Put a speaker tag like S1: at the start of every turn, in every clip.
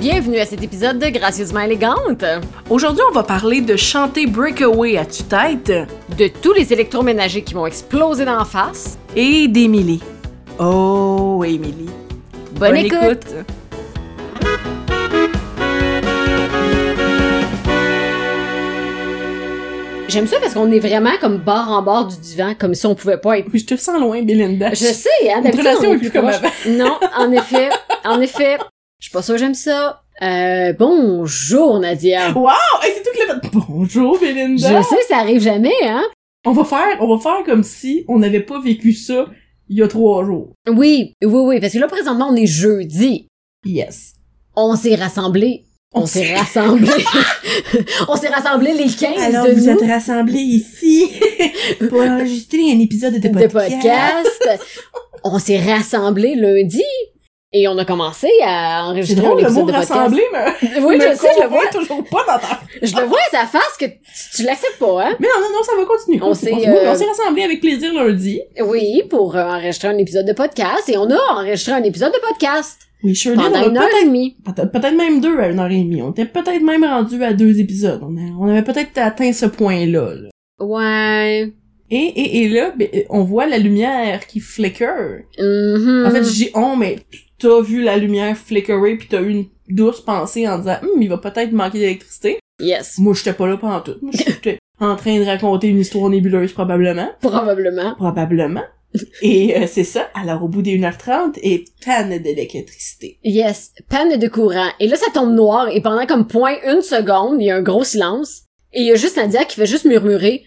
S1: bienvenue à cet épisode de Gracieusement élégante.
S2: Aujourd'hui, on va parler de chanter Breakaway à tue-tête
S1: De tous les électroménagers qui m'ont explosé d'en face.
S2: et d'Émilie. Oh, Émilie.
S1: Bonne, écoute. J'aime ça parce qu'on est vraiment comme bord en bord du divan, comme si on pouvait pas être.
S2: Oui, je te sens loin, Belinda.
S1: Je sais, hein, d'habitude,
S2: relation
S1: on
S2: est plus comme
S1: proche. Non, en effet, en effet, je suis pas sûre que j'aime ça. Euh, bonjour Nadia.
S2: Wow! Oh, Hey, c'est tout que le... Bonjour, Belinda.
S1: Je sais, ça arrive jamais, hein.
S2: On va faire, on va faire comme si on n'avait pas vécu ça il y a trois jours.
S1: Oui, oui, oui, parce que là présentement on est jeudi.
S2: Yes.
S1: On s'est rassemblés. On,
S2: On
S1: s'est rassemblés. on s'est rassemblés les 15 de nous.
S2: rassemblés ici pour enregistrer un épisode de
S1: de podcast. on s'est rassemblés lundi et on a commencé à
S2: C'est
S1: enregistrer un
S2: drôle le
S1: épisode
S2: mot
S1: de podcast.
S2: rassemblé, mais,
S1: Oui,
S2: mais
S1: je sais, je le vois.
S2: vois toujours pas dans ta
S1: Je le vois à sa face que tu, tu l'acceptes pas, hein?
S2: Mais non, non, non, ça va continuer.
S1: On s'est,
S2: Continue, continue.
S1: euh,
S2: On s'est rassemblés avec plaisir lundi.
S1: Oui, pour euh, enregistrer un épisode de podcast et on a enregistré un épisode de podcast
S2: Oui, Shirley, on a
S1: pendant une heure
S2: peut-être
S1: et demie.
S2: peut-être peut-être même deux à une heure et demie. On était peut-être même rendu à deux épisodes. On, a- on avait peut-être atteint ce point-là. là.
S1: Ouais.
S2: Et, et, et là, ben, on voit la lumière qui flicker.
S1: Mhm.
S2: En fait, j'ai on, mais t'as vu la lumière flickerer pis t'as eu une douce pensée en disant, hum, il va peut-être manquer d'électricité.
S1: yes,
S2: Moi, j'étais pas là pendant tout. Moi, j'étais en train de raconter une histoire nébuleuse probablement.
S1: probablement.
S2: Probablement. Et euh, c'est ça. Alors, au bout des 1h30, et panne d'électricité.
S1: Yes, panne de courant. Et là, ça tombe noir et pendant comme point une seconde, il y a un gros silence et il y a juste Nadia qui fait juste murmurer.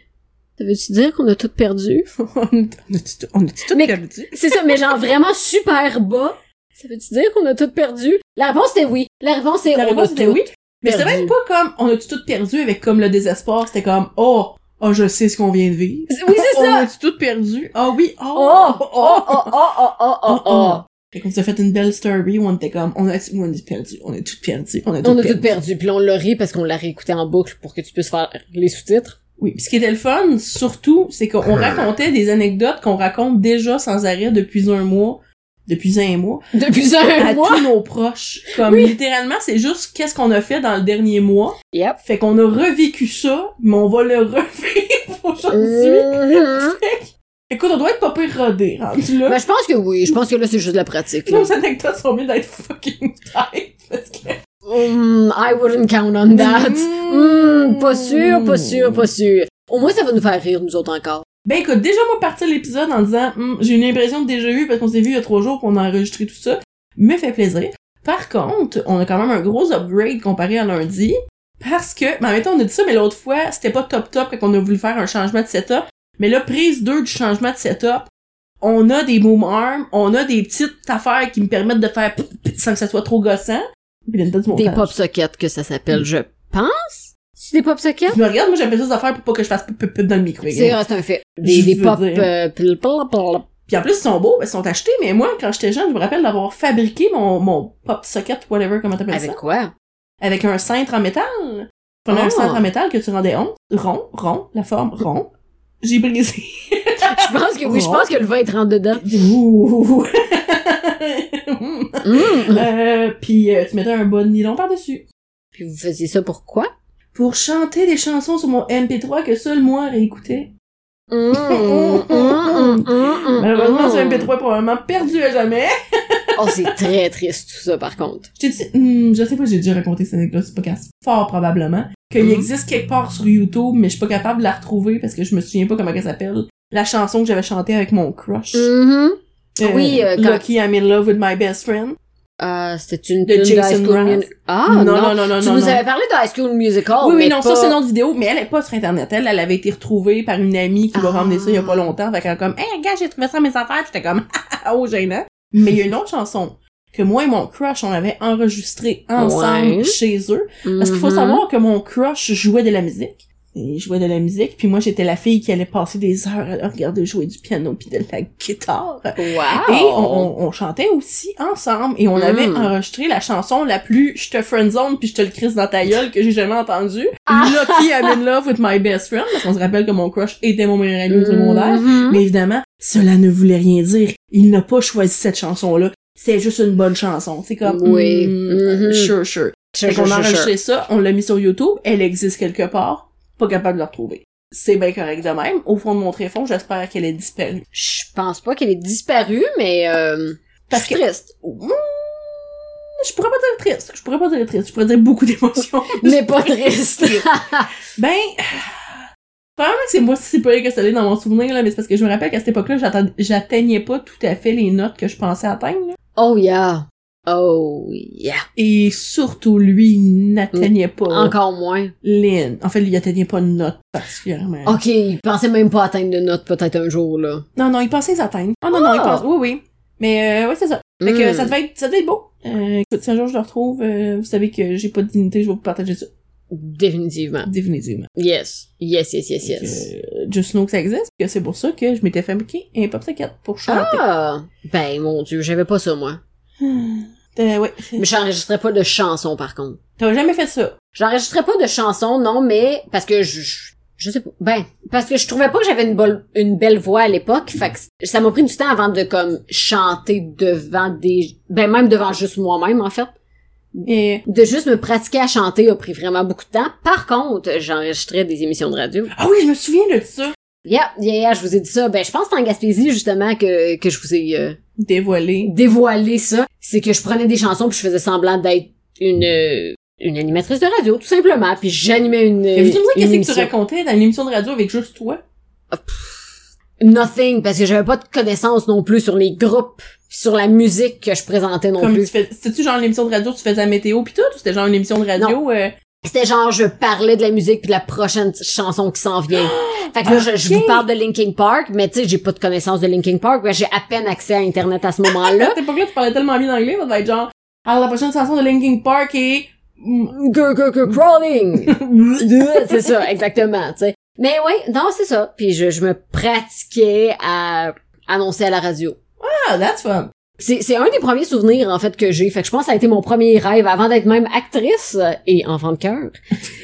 S1: Ça veut-tu dire qu'on a tout perdu?
S2: on a-tu on a-tu tout
S1: Mais-
S2: perdu?
S1: C'est ça, mais genre vraiment super bas. Ça veut-tu dire qu'on a tout perdu? La réponse est oui. La réponse est
S2: La
S1: on a
S2: réponse était
S1: tout
S2: oui. Mais c'était
S1: perdu.
S2: même pas comme on a-tu tout perdu avec comme le désespoir, c'était comme oh, oh je sais ce qu'on vient de vivre.
S1: Oui, c'est
S2: On
S1: ça.
S2: a-tu tout perdu? Ah oui, oh,
S1: Oh, oh, oh, oh, oh, oh, oh, oh.
S2: Fait qu'on s'est fait une belle story où on était comme on a, on a tout perdu, on a tout perdu, on a tout
S1: oh. On a
S2: perdu.
S1: tout perdu, puis on l'a ri parce qu'on l'a réécouté en boucle pour que tu puisses faire les sous-titres.
S2: Oui, puis ce qui était le fun, surtout, c'est qu'on racontait des anecdotes qu'on raconte déjà sans arrêt depuis un mois, depuis un mois,
S1: Depuis
S2: à
S1: un mois.
S2: tous nos proches. Comme littéralement, c'est juste qu'est-ce qu'on a fait dans le dernier mois.
S1: Yep.
S2: Fait qu'on a revécu ça, mais on va le revivre aujourd'hui. Mm-hmm.
S1: Mhm.
S2: Écoute, on doit être pas pire rodé, rendu là.
S1: Ben, je pense que oui. Je pense que là, c'est juste de la pratique. là.
S2: Nos anecdotes sont mieux d'être fucking tight, parce que...
S1: Hmm, I wouldn't count on that.
S2: Mm-hmm. Mm.
S1: Hmm, pas sûr, pas sûr, pas sûr. Au moins, ça va nous faire rire, nous autres, encore.
S2: Ben écoute, déjà moi partir l'épisode en disant Hmm, j'ai une impression de déjà vu parce qu'on s'est vu il y a trois jours qu'on a enregistré tout ça, me fait plaisir. Par contre, on a quand même un gros upgrade comparé à lundi, parce que, ben mettons on a dit ça, mais l'autre fois, c'était pas top top quand on a voulu faire un changement de setup, mais là, prise 2 du changement de setup, on a des boom arms, on a des petites affaires qui me permettent de faire pip, pip, sans que ça soit trop gossant. Belinda du
S1: Des
S2: montage.
S1: pop sockets que ça s'appelle, je pense. C'est des pop sockets?
S2: Tu me regardes, moi j'appelle ça des affaires pour pas que je fasse pip, pip, pip dans le micro.
S1: C'est c'est un fait. Des,
S2: Je
S1: des
S2: veux
S1: pop...
S2: dire.
S1: euh, pl- pl- pl-
S2: Puis en plus, ils sont beaux, ben, ils sont achetés, mais moi, quand j'étais jeune, je me rappelle d'avoir fabriqué mon, mon pop socket, whatever, comment t'appelles
S1: Avec
S2: ça,
S1: quoi?
S2: avec un cintre en métal. Tu prenais
S1: Ah.
S2: un cintre en métal que tu rendais rond, rond, rond, la forme rond. J'ai brisé.
S1: Je pense que oui, je pense que le vin est rentre dedans.
S2: Ouh.
S1: Hmm.
S2: euh, puis euh, tu mettais un bon nylon par-dessus.
S1: Puis vous faisiez ça pour quoi?
S2: Pour chanter des chansons sur mon MP3 que seul moi réécoutais. Mm,
S1: Hmm, hmm, hmm, hmm, hmm,
S2: Malheureusement,
S1: hmm.
S2: ce MP3 est probablement perdu à jamais.
S1: Oh, c'est très triste, tout ça, par contre.
S2: Je t'ai dit, hmm, je sais pas, j'ai déjà raconté cette anecdote sur podcast, fort probablement, qu'il
S1: Mhm.
S2: existe quelque part sur YouTube, mais je suis pas capable de la retrouver parce que je me souviens pas comment elle s'appelle. La chanson que j'avais chantée avec mon crush.
S1: Mhm.
S2: Mm-hmm.
S1: oui, euh, quand-
S2: Lucky I'm in love with my best friend.
S1: Euh, C'était une
S2: De
S1: tune
S2: Jason
S1: d'High School
S2: Mraz.
S1: Mu- Ah, non,
S2: non, non, non,
S1: tu
S2: non,
S1: nous
S2: non.
S1: avais parlé de High School Musical.
S2: Oui, oui,
S1: mais
S2: non,
S1: pas-
S2: ça c'est une autre vidéo, mais elle est pas sur Internet. Elle, elle avait été retrouvée par une amie qui m'a
S1: Ah.
S2: ramené ça il y a pas longtemps. Fait qu'elle a comme, hey, regarde, j'ai trouvé ça à mes affaires. J'étais comme, oh, gênant. Mais il y a une autre chanson que moi et mon crush, on avait enregistrée ensemble
S1: Ouais.
S2: chez eux. Parce qu'il faut
S1: Mhm.
S2: savoir que mon crush jouait de la musique. Il jouait de la musique, puis moi j'étais la fille qui allait passer des heures à le regarder jouer du piano puis de la guitare.
S1: Mm-hmm. Wow.
S2: Et on, on- on chantait aussi ensemble et on avait
S1: Mm.
S2: enregistré la chanson la plus je te friendzone puis je te le crisse dans ta gueule que j'ai jamais entendue.
S1: Ah!
S2: Lucky I'm in love with my best friend parce qu'on se rappelle que mon crush était mon meilleur ami au secondaire.
S1: Mhm.
S2: Mais évidemment, cela ne voulait rien dire. Il n'a pas choisi cette chanson-là. c'est juste une bonne chanson. C'est comme,
S1: Oui.
S2: mm,
S1: Mhm.
S2: sure, sure.
S1: Sure,
S2: Fait
S1: sure, sure,
S2: qu'on a
S1: sure.
S2: enregistré ça, on l'a mis sur YouTube, elle existe quelque part, pas capable de la retrouver. C'est bien correct de même. Au fond de mon tréfonds, j'espère qu'elle est disparue.
S1: Je pense pas qu'elle est disparue, mais euh,
S2: Parce
S1: je suis triste.
S2: Mm, Je pourrais pas dire triste. Je pourrais pas dire triste. Je pourrais dire beaucoup d'émotions.
S1: Mais pas triste.
S2: Ben, probablement que c'est moi si peu que ça l'est dans mon souvenir, là, mais c'est parce que je me rappelle qu'à cette époque-là, j'attend- j'atteignais pas tout à fait les notes que je pensais atteindre. là.
S1: oh yeah. Oh yeah.
S2: Et surtout, lui, il n'atteignait pas
S1: Encore moins.
S2: Lynn. En fait, lui, il atteignait pas de notes particulièrement.
S1: Ok, il pensait même pas atteindre de note peut-être un jour, là.
S2: Non, non, il pensait les atteindre. Oh non, non, il pense. Oui, oui. Mais euh, ouais, c'est ça. Fait que
S1: Ah! Hmm.
S2: ça devait être, ça devait être beau. Euh, écoute, si un jour je le retrouve, euh, vous savez que j'ai pas de dignité, je vais vous partager ça.
S1: Définitivement.
S2: Définitivement.
S1: Yes. Yes, yes, yes, yes.
S2: Que, euh, Just know que ça existe, que c'est pour ça que je m'étais fabriqué un popsicle pour chanter.
S1: Ah! Ben, mon Dieu, j'avais pas ça, moi.
S2: Euh, ouais.
S1: Mais j'enregistrais pas de chansons, par contre.
S2: T'as jamais fait ça.
S1: J'enregistrais pas de chansons, non, mais parce que je... je- Je sais pas. Ben, parce que je trouvais pas que j'avais une, bol- une belle voix à l'époque. Fait que ça m'a pris du temps avant de, comme, chanter devant des... Ben, même devant juste moi-même, en fait.
S2: Et...
S1: De juste me pratiquer à chanter a pris vraiment beaucoup de temps. Par contre, j'enregistrais des émissions de radio.
S2: Ah oui, je me souviens de ça.
S1: Yeah, yeah, yeah, je vous ai dit ça. Ben, je pense que c'est en Gaspésie, justement, que, que je vous ai euh,
S2: Dévoilé.
S1: dévoilé ça. C'est que je prenais des chansons puis je faisais semblant d'être une, euh, une animatrice de radio, tout simplement. Puis j'animais une,
S2: Mais tu me
S1: une
S2: dis qu'est-ce que
S1: émission.
S2: tu racontais dans une émission de radio avec juste toi?
S1: Nothing, parce que j'avais pas de connaissances non plus sur les groupes, sur la musique que je présentais non
S2: Comme tu
S1: plus.
S2: fais, c'était-tu genre une émission de radio, tu faisais la météo pis tout, ou c'était genre une émission de radio, euh,
S1: C'était genre, je parlais de la musique puis de la prochaine chanson qui s'en vient. fait que là, je, je vous
S2: ok.
S1: parle de Linkin Park, mais tu sais, j'ai pas de connaissances de Linkin Park, ben, j'ai à peine accès à Internet à ce moment-là.
S2: à cette époque-là, tu parlais tellement bien anglais, ça devait être genre, alors la prochaine chanson de Linkin Park est, Mm.
S1: que, que, que, crawling! c'est ça, exactement, tu sais. Mais oui, non, c'est ça. Puis je, je me pratiquais à annoncer à la radio.
S2: ah, that's fun.
S1: C'est, c'est un des premiers souvenirs, en fait, que j'ai. Fait que je pense que ça a été mon premier rêve avant d'être même actrice euh, et enfant de cœur.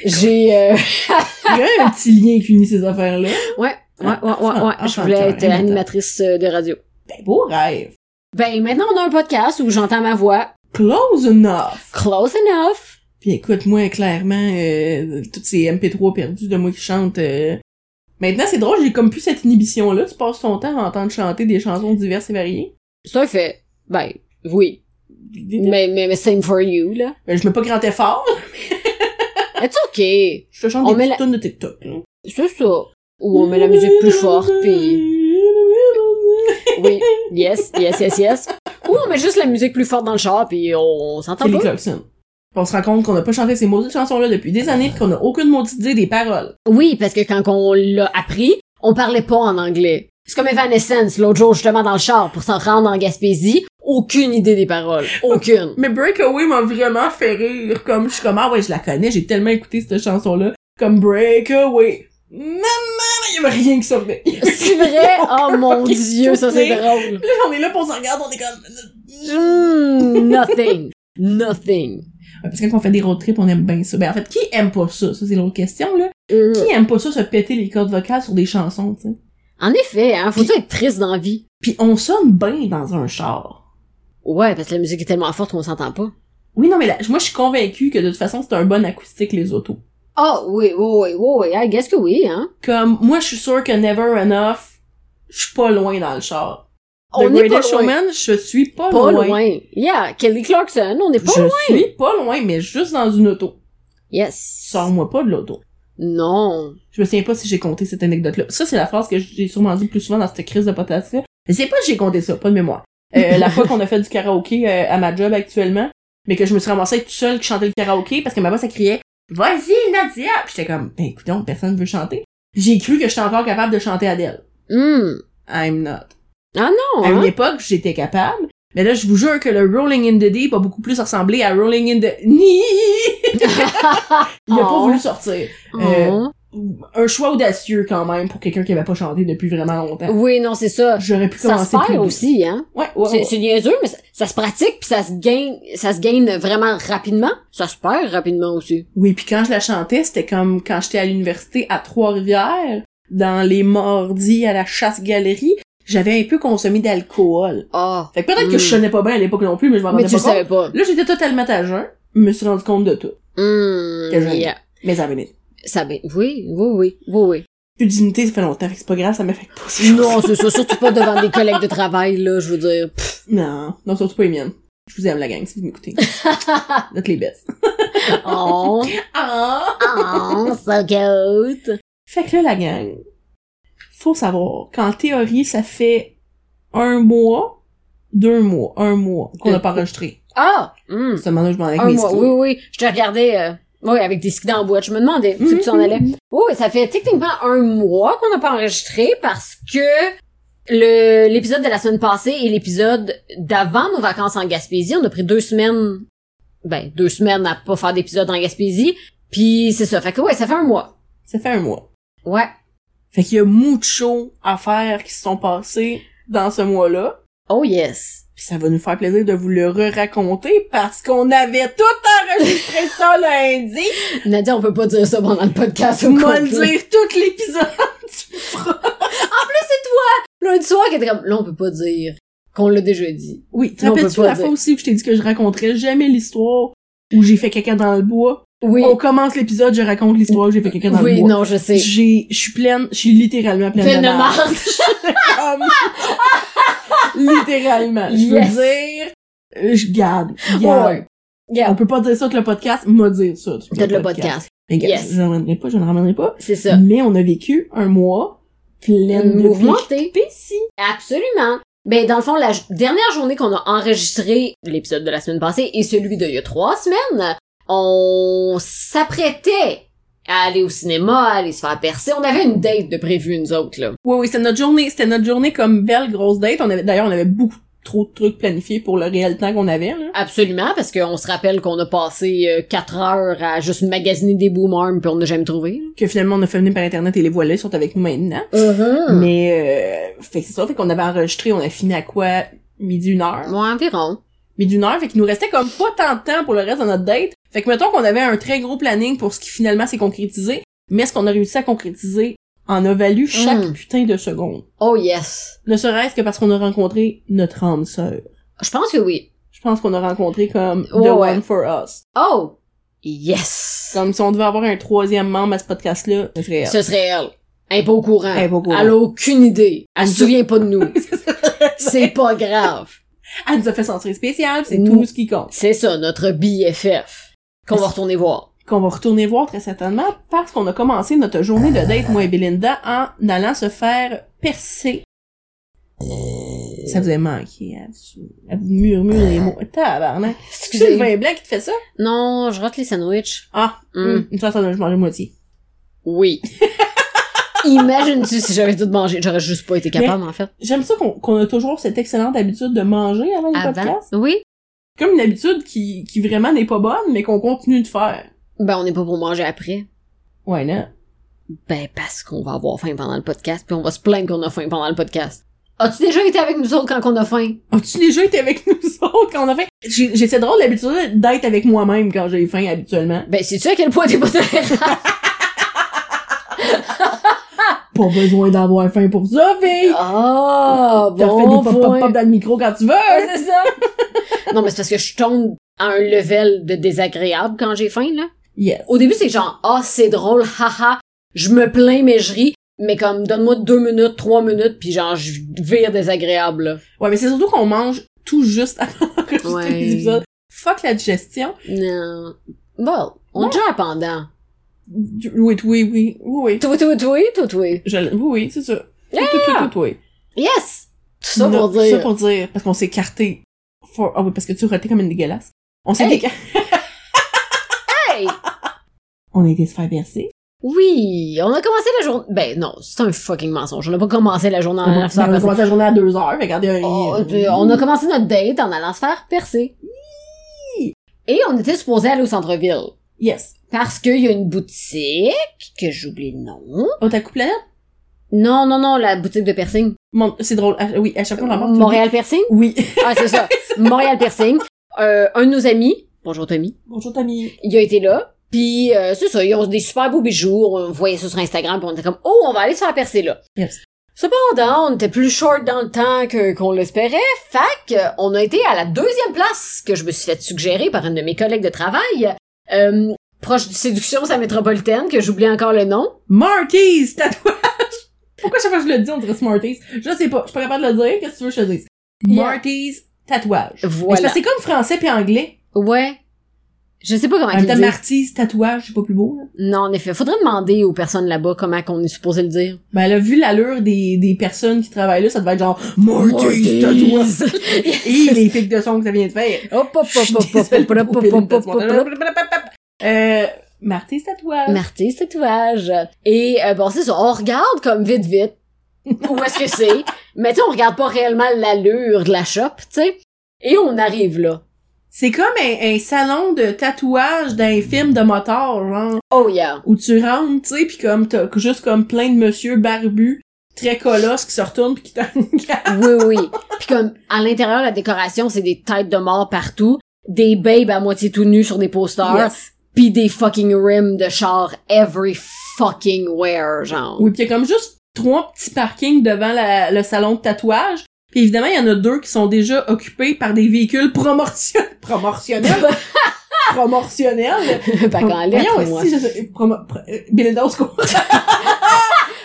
S1: J'ai, euh,
S2: Il y a un petit lien qui unit ces affaires-là.
S1: ouais, ouais, ouais, ouais, ouais. Je
S2: Enfant de
S1: voulais
S2: cœur,
S1: être
S2: hein,
S1: animatrice euh, de radio.
S2: Ben, beau rêve.
S1: Ben, maintenant, on a un podcast où j'entends ma voix.
S2: Close enough.
S1: Close enough.
S2: Puis écoute, moi, clairement, euh, toutes ces MP3 perdus de moi qui chante. euh, Maintenant, c'est drôle, j'ai comme plus cette inhibition-là. Tu passes ton temps à entendre chanter des chansons diverses et variées.
S1: Ça fait, ben, oui.
S2: Mais...
S1: Mais, mais, mais same for you, là.
S2: Ben, je mets pas grand effort.
S1: It's okay.
S2: Je te chante
S1: On
S2: des
S1: met
S2: petites
S1: la-
S2: tunes de TikTok. là.
S1: C'est ça. Ou on met la musique plus forte, puis... Oui, yes, yes, yes, yes. Ou on met juste la musique plus forte dans le char, puis on, on s'entend
S2: Kelly
S1: pas.
S2: Clarkson. Puis on se rend compte qu'on n'a pas chanté ces maudites chansons-là depuis des années pis qu'on n'a aucune maudite idée des paroles.
S1: Oui, parce que quand on l'a appris, on parlait pas en anglais. C'est comme Evanescence, l'autre jour, justement, dans le char, pour s'en rendre en Gaspésie. Aucune idée des paroles. Aucune.
S2: Mais Breakaway m'a vraiment fait rire. Comme, je suis comme, ah ouais, je la connais, j'ai tellement écouté cette chanson-là. Comme Breakaway. Non, non, non, il y avait rien qui sortait. Il y avait
S1: C'est vrai? Oh mon
S2: fucking
S1: dieu, ça c'est
S2: souffler.
S1: drôle.
S2: Là, on est là, pis on se regarde, on est comme... Ah,
S1: Hmm, nothing. Nothing.
S2: Parce que quand on fait des road trips, on aime bien ça. Ben, en fait, qui aime pas ça? Ça, c'est l'autre question, là.
S1: Hmm.
S2: Qui aime pas ça, se péter les cordes vocales sur des chansons, tu sais?
S1: En effet, hein, faut-tu être triste dans la vie?
S2: Pis on sonne bien dans un char.
S1: Ouais, parce que la musique est tellement forte qu'on s'entend pas.
S2: Oui, non, mais là, moi, je suis convaincue que de toute façon, c'est un bon acoustique, les autos.
S1: Oh, oui, oui, oui, oui, oui, I guess que oui, hein.
S2: Comme, moi, je suis sûre que Never Enough, je suis pas loin dans le char.
S1: On
S2: The
S1: est pas
S2: Greatest
S1: loin.
S2: Showman, je suis pas,
S1: Pas loin. Yeah, Kelly Clarkson, on n'est pas
S2: je
S1: loin.
S2: suis pas loin, mais juste dans une auto.
S1: Yes.
S2: Sors-moi pas de l'auto.
S1: Non.
S2: Je me souviens pas si j'ai compté cette anecdote-là. Ça, c'est la phrase que j'ai sûrement dit plus souvent dans cette crise de potasse-là. Je sais pas si j'ai compté ça, pas de mémoire. Euh, la fois qu'on a fait du karaoké euh, à ma job actuellement, mais que je me suis ramassée toute seule qui chantait le karaoké parce que ma boss, elle criait « Vas-y, Nadia! » Puis j'étais comme « Ben, écoute donc, personne veut chanter. » J'ai cru que j'étais encore capable de chanter Adèle.
S1: Hum.
S2: I'm not.
S1: Ah non,
S2: À une
S1: hein?
S2: époque, j'étais capable, mais là, je vous jure que le Rolling in the Deep a beaucoup plus ressemblé à Rolling in the... Ni! Il a pas
S1: Oh.
S2: voulu euh, sortir.
S1: Oh.
S2: Un choix audacieux quand même pour quelqu'un qui avait pas chanté depuis vraiment longtemps.
S1: Oui, non, c'est ça.
S2: J'aurais pu
S1: Ça se
S2: euh, commencer plus
S1: perd
S2: doux.
S1: aussi, hein?
S2: Ouais, ouais,
S1: C'est
S2: ouais.
S1: c'est niaiseux, mais ça, ça se pratique puis ça se gagne, ça se gagne vraiment rapidement. Ça se perd rapidement aussi.
S2: Oui, puis quand je la chantais, c'était comme quand j'étais à l'université à Trois-Rivières, dans les mordis à la chasse-galerie, j'avais un peu consommé d'alcool.
S1: Ah.
S2: Fait que peut-être que je sonnais pas bien à l'époque non plus, mais je m'en
S1: Mais
S2: rendais
S1: tu
S2: pas
S1: le
S2: compte.
S1: savais pas.
S2: Là, j'étais totalement à jeun, me suis rendu compte de tout.
S1: Hum,
S2: Que j'aime.
S1: yeah.
S2: Mais ça venait.
S1: Ça, ben, oui, oui, oui, oui,
S2: Plus d'unité, ça fait longtemps, fait que c'est pas grave, ça m'affecte pas. ces
S1: oui. Non,
S2: choses.
S1: c'est ça. Surtout pas devant des collègues de travail, là, je veux dire. Pff,
S2: Non, non, surtout pas les miennes. Je vous aime la gang, si vous m'écoutez. Notre les bêtes.
S1: Oh,
S2: Ah!
S1: oh, so cute.
S2: Fait que là, la gang, faut savoir qu'en théorie, ça fait un mois, deux mois, un mois qu'on n'a pas enregistré.
S1: Ah! hum.
S2: Ce moment-là, je m'en ai avec
S1: Euh, Un
S2: mes
S1: mois,
S2: skis.
S1: oui, oui. Je te regardais, euh, oui, avec des skis dans la boîte. Je me demandais si
S2: Mhm.
S1: tu en allais. Oui, ça fait techniquement un mois qu'on n'a pas enregistré parce que le l'épisode de la semaine passée et l'épisode d'avant nos vacances en Gaspésie, on a pris deux semaines, ben deux semaines à pas faire d'épisode en Gaspésie. Puis c'est ça. Fait que ouais, ça fait un mois.
S2: Ça fait un mois.
S1: Ouais.
S2: Fait qu'il y a mucho à faire qui se sont passées dans ce mois-là.
S1: Oh yes.
S2: Puis ça va nous faire plaisir de vous le re-raconter parce qu'on avait tout enregistré ça lundi.
S1: Nadia, on peut pas dire ça pendant le podcast. au
S2: Moi le
S1: complet.
S2: dire tout l'épisode. tu feras.
S1: Lundi soir, qui était comme, là, on peut pas dire qu'on l'a déjà dit.
S2: Oui, te
S1: Non, on peut
S2: rappelles-tu
S1: pas
S2: la
S1: dire.
S2: fois aussi où je t'ai dit que je raconterais jamais l'histoire où j'ai fait caca dans le bois?
S1: Oui.
S2: On commence l'épisode, je raconte l'histoire où j'ai fait caca dans
S1: oui,
S2: le bois.
S1: non, je sais.
S2: J'ai, je suis pleine, je suis littéralement pleine,
S1: Pleine de
S2: de marde.
S1: marde.
S2: Comme- littéralement. Je veux
S1: Yes.
S2: dire, euh, je garde, garde.
S1: Ouais. Yeah.
S2: On peut pas dire ça que le podcast m'a dire ça. sur
S1: Peut-être le podcast.
S2: Mais regarde,
S1: Yes.
S2: Je ne ramènerai pas, je ne ramènerai pas.
S1: C'est ça.
S2: Mais on a vécu un mois plein de
S1: Mouvementé.
S2: péripéties.
S1: Absolument. Ben, dans le fond, la j- dernière journée qu'on a enregistré l'épisode de la semaine passée et celui d'il y a trois semaines, on s'apprêtait à aller au cinéma, à aller se faire percer. On avait une date de prévu, nous autres, là.
S2: Oui, oui, c'était notre journée, c'était notre journée comme belle grosse date. On avait, d'ailleurs, on avait beaucoup trop de trucs planifiés pour le réel temps qu'on avait, là.
S1: Absolument, parce qu'on se rappelle qu'on a passé euh, quatre heures à juste magasiner des boomerang puis on n'a jamais trouvé.
S2: Que finalement, on a fait venir par Internet et les voilà, ils sont avec nous maintenant. Mm-hmm.
S1: Mhm.
S2: Mais, euh, fait que c'est ça, fait qu'on avait enregistré, on a fini à quoi? Midi une heure.
S1: Moi, environ.
S2: Midi une heure, fait qu'il nous restait comme pas tant de temps pour le reste de notre date. Fait que mettons qu'on avait un très gros planning pour ce qui finalement s'est concrétisé, mais ce qu'on a réussi à concrétiser en a valu chaque
S1: Mm.
S2: putain de seconde.
S1: Oh yes.
S2: Ne serait-ce que parce qu'on a rencontré notre âme sœur.
S1: Je pense que oui.
S2: Je pense qu'on a rencontré comme The
S1: Ouais, ouais.
S2: One for Us.
S1: Oh! Yes!
S2: Comme si on devait avoir un troisième membre à ce podcast-là, ce serait elle.
S1: Ce serait elle. Elle est pas au courant.
S2: Elle est pas au courant.
S1: Elle a aucune idée. Elle
S2: Elle
S1: se
S2: nous-
S1: souvient pas de nous. C'est pas grave.
S2: Elle nous a fait sentir spécial, c'est
S1: Mm.
S2: tout ce qui compte.
S1: C'est ça, notre BFF. Qu'on va retourner voir.
S2: Qu'on va retourner voir très certainement parce qu'on a commencé notre journée de date, moi et Belinda, en allant se faire percer. Ça vous a manqué, hein? tu- Elle vous murmure les mots. Tabarnak. C'est le
S1: Excusez.
S2: vin blanc qui te fait ça?
S1: Non, je rate les sandwichs.
S2: Ah,
S1: Mm.
S2: hum, une fois, ça je mangeais moitié.
S1: Oui. Imagine-tu si j'avais tout mangé. J'aurais juste pas été capable, en fait.
S2: J'aime ça qu'on qu'on a toujours cette excellente habitude de manger avant les
S1: Avant.
S2: podcasts.
S1: Oui.
S2: Comme une habitude qui, qui vraiment n'est pas bonne, mais qu'on continue de faire.
S1: Ben, on n'est pas pour manger après.
S2: Ouais, non?
S1: Ben, parce qu'on va avoir faim pendant le podcast, puis on va se plaindre qu'on a faim pendant le podcast. As-tu déjà été avec nous autres quand on a faim?
S2: As-tu déjà été avec nous autres quand on a faim? J'ai j'ai cette drôle d'habitude d'être avec moi-même quand j'ai faim habituellement.
S1: Ben, sais-tu à quel point t'es pas tolérant?
S2: Pas besoin d'avoir faim pour ça, fille!
S1: Ah,
S2: T'as
S1: bon
S2: fait des pop pop
S1: point.
S2: pop dans le micro quand tu veux!
S1: Ouais, c'est ça. non, mais c'est parce que je tombe à un level de désagréable quand j'ai faim, là.
S2: Yes.
S1: Au début, c'est genre, ah, c'est drôle, haha, je me plains, mais je ris. Mais comme, donne-moi deux minutes, trois minutes, puis genre, je vire désagréable, là.
S2: Ouais, mais c'est surtout qu'on mange tout juste avant d'enregistrer
S1: Ouais.
S2: les épisodes. Fuck la digestion.
S1: Non. Bon, on est déjà pendant.
S2: Oui, oui, oui, oui, oui.
S1: Toi, toi, toi, toi, toi.
S2: Je- oui, oui, c'est ça. Tout, tout, tout, tout, oui.
S1: Yes! Tout ça
S2: Non,
S1: pour
S2: tout
S1: dire.
S2: Ça pour dire, parce qu'on s'est écarté. For- Ah oui, parce que tu rotais comme une dégueulasse. On s'est
S1: Hey!
S2: écarté.
S1: Hey!
S2: On a été se faire verser.
S1: Oui, on a commencé la journée. Ben non, c'est un fucking mensonge. On n'a pas commencé la journée en allant se faire
S2: on a
S1: percer.
S2: commencé la journée à deux heures. Regardez, un-
S1: Oh, Dieu, on a commencé notre date en allant se faire percer. Et on était supposé aller au centre-ville.
S2: Yes.
S1: Parce qu'il y a une boutique, que j'oublie le nom.
S2: On t'a coupé la lettre?
S1: Non, non, non, la boutique de piercing.
S2: Mon- C'est drôle. Ah, oui, à chaque fois, on la montre.
S1: Montréal Piercing?
S2: Oui.
S1: Ah, c'est ça. Montréal Piercing. Euh, un de nos amis, bonjour Tommy,
S2: Bonjour, Tammy.
S1: il a été là. Puis, euh, c'est ça, ils ont des super beaux bijoux. On voyait ça sur Instagram, puis on était comme, oh, on va aller se faire percer là.
S2: Yes.
S1: Cependant, on était plus short dans le temps que, qu'on l'espérait, fac, on a été à la deuxième place que je me suis fait suggérer par une de mes collègues de travail, euh, proche du Séduction, sa métropolitaine, que j'oublie encore le nom.
S2: Marty's tatouage! Pourquoi chaque fois que je le dis, on dirait Smarties? Je sais pas, je suis pas capable de le dire, qu'est-ce que tu veux que je te dise?
S1: Yeah.
S2: Marty's tatouage. Mais c'est
S1: Voilà.
S2: parce que c'est comme français puis anglais.
S1: Ouais. Je sais pas comment
S2: En même
S1: il
S2: temps,
S1: dit.
S2: Marty's tatouage, c'est pas plus beau, là.
S1: Non, en effet. Faudrait demander aux personnes là-bas comment qu'on est supposé le dire.
S2: Ben là, vu l'allure des, des personnes qui travaillent là, ça devait être genre Marty's tatouage!
S1: Mortis.
S2: Et les pics de son que ça vient de faire.
S1: Hop, hop, hop,
S2: Je suis
S1: hop, hop,
S2: désolée
S1: hop,
S2: pour
S1: hop,
S2: Pauline
S1: hop, hop, hop, hop.
S2: Tatouage. Euh, Marty's tatouage.
S1: Marty, c'est tatouage. Et euh, bon, c'est ça, on regarde comme vite vite où est-ce que c'est. Mais tu sais, on regarde pas réellement l'allure de la shop, tu sais. Et on arrive là.
S2: C'est comme un, un salon de tatouage d'un film de moteur, genre,
S1: Oh yeah.
S2: où tu rentres, tu sais, pis comme t'as juste comme plein de monsieur barbus, très colosses, qui se retournent pis qui t'en regardent.
S1: Oui, oui. Puis comme à l'intérieur, la décoration, c'est des têtes de mort partout, des babes à moitié tout nus sur des posters,
S2: Yes.
S1: pis des fucking rims de char every fucking where, genre.
S2: Oui, pis y a comme juste trois petits parkings devant la- le salon de tatouage. Pis évidemment, il y en a deux qui sont déjà occupés par des véhicules promotion... promotionnels. promotionnels.
S1: Pas qu'en lettres,
S2: Voyons
S1: moi.
S2: aussi, je sais, promo, pro- euh, Belindos, quoi.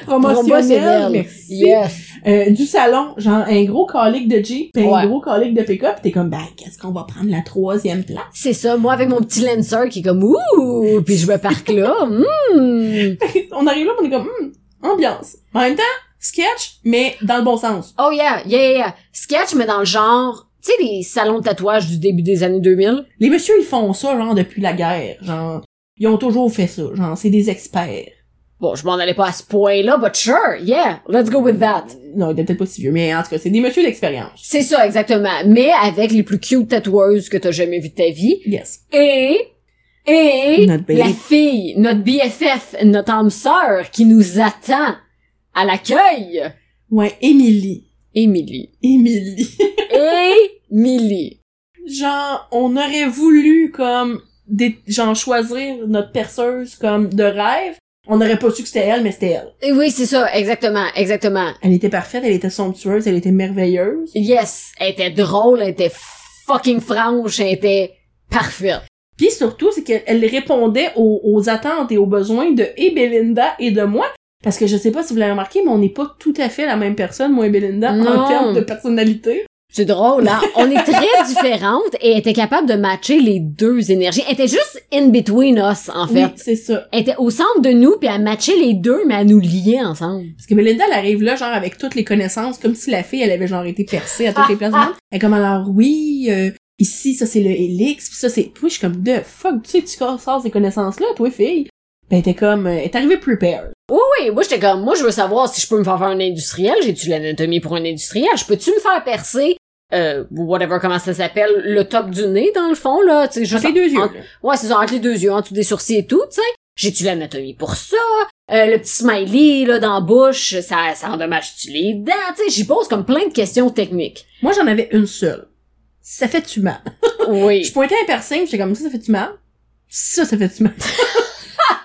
S2: Promotionnel,
S1: Promotionnel.
S2: merci.
S1: Yes.
S2: Euh, du salon, genre un gros colique de Jeep, pis
S1: Ouais.
S2: un gros colique de pick-up, pis t'es comme, ben, qu'est-ce qu'on va prendre la troisième place?
S1: C'est ça, moi avec mon petit Lancer qui est comme ouh, puis je me parque là. hmm.
S2: on arrive là, pis on est comme, hmm, ambiance. En même temps, sketch, mais dans le bon sens.
S1: Oh yeah, yeah, yeah, yeah. Sketch mais dans le genre, tu sais les salons de tatouage du début des années 2000.
S2: Les messieurs, ils font ça, genre, depuis la guerre, genre. Ils ont toujours fait ça, genre, c'est des experts.
S1: Bon, je m'en allais pas à ce point-là, but sure, yeah, let's go with that.
S2: Non, ils étaient peut-être pas si vieux, mais en tout cas, c'est des messieurs d'expérience.
S1: C'est ça exactement, mais avec les plus cute tatoueuses que t'as jamais vues de ta vie
S2: Yes.
S1: et et
S2: Notre babe.
S1: la fille, notre BFF, notre âme sœur qui nous attend à l'accueil,
S2: Ouais, Émilie.
S1: Émilie.
S2: Émilie.
S1: Émilie.
S2: genre on aurait voulu comme des genre choisir notre perceuse comme de rêve on n'aurait pas su que c'était elle mais c'était elle
S1: Et Oui, c'est ça, exactement, exactement.
S2: elle était parfaite elle était somptueuse elle était merveilleuse
S1: Yes, elle était drôle, elle était fucking franche, elle était parfaite.
S2: puis surtout c'est qu'elle elle répondait aux, aux attentes et aux besoins de et Belinda et de moi parce que je sais pas si vous l'avez remarqué mais on n'est pas tout à fait la même personne moi et Belinda
S1: Non.
S2: en termes de personnalité
S1: C'est drôle, hein? On est très différentes et elle était capable de matcher les deux énergies. Elle était juste in between us, en fait.
S2: oui c'est ça
S1: Elle était au centre de nous, puis elle matchait les deux, mais elle nous liait ensemble.
S2: Parce que Melinda, elle arrive là, genre, avec toutes les connaissances, comme si la fille, elle avait genre été percée à toutes les places du monde. Elle est comme, alors, oui, euh, ici, ça, c'est le Helix, pis ça, c'est... Puis je suis comme, de fuck, tu sais, tu sors ces connaissances-là, toi, fille? Ben, t'es comme, euh, elle est arrivée prepared.
S1: Oui, oui, moi j'étais comme, moi je veux savoir si je peux me faire faire un industriel, j'ai-tu l'anatomie pour un industriel, je peux-tu me faire percer, euh, whatever, comment ça s'appelle, le top du nez, dans le fond, là, tu sais,
S2: Je
S1: juste
S2: fais deux yeux,
S1: en-
S2: là.
S1: Ouais, c'est ça, entre les deux yeux, en dessous des sourcils et tout, tu sais. J'ai-tu l'anatomie pour ça? Euh, le petit smiley, là, dans la bouche, ça, ça endommage-tu les dents? Tu sais, j'y pose comme plein de questions techniques.
S2: Moi, j'en avais une seule. Ça fait-tu mal? Je
S1: Oui.
S2: pointais un piercing, j'étais comme, ça, ça fait-tu mal? Ça, ça fait-tu mal?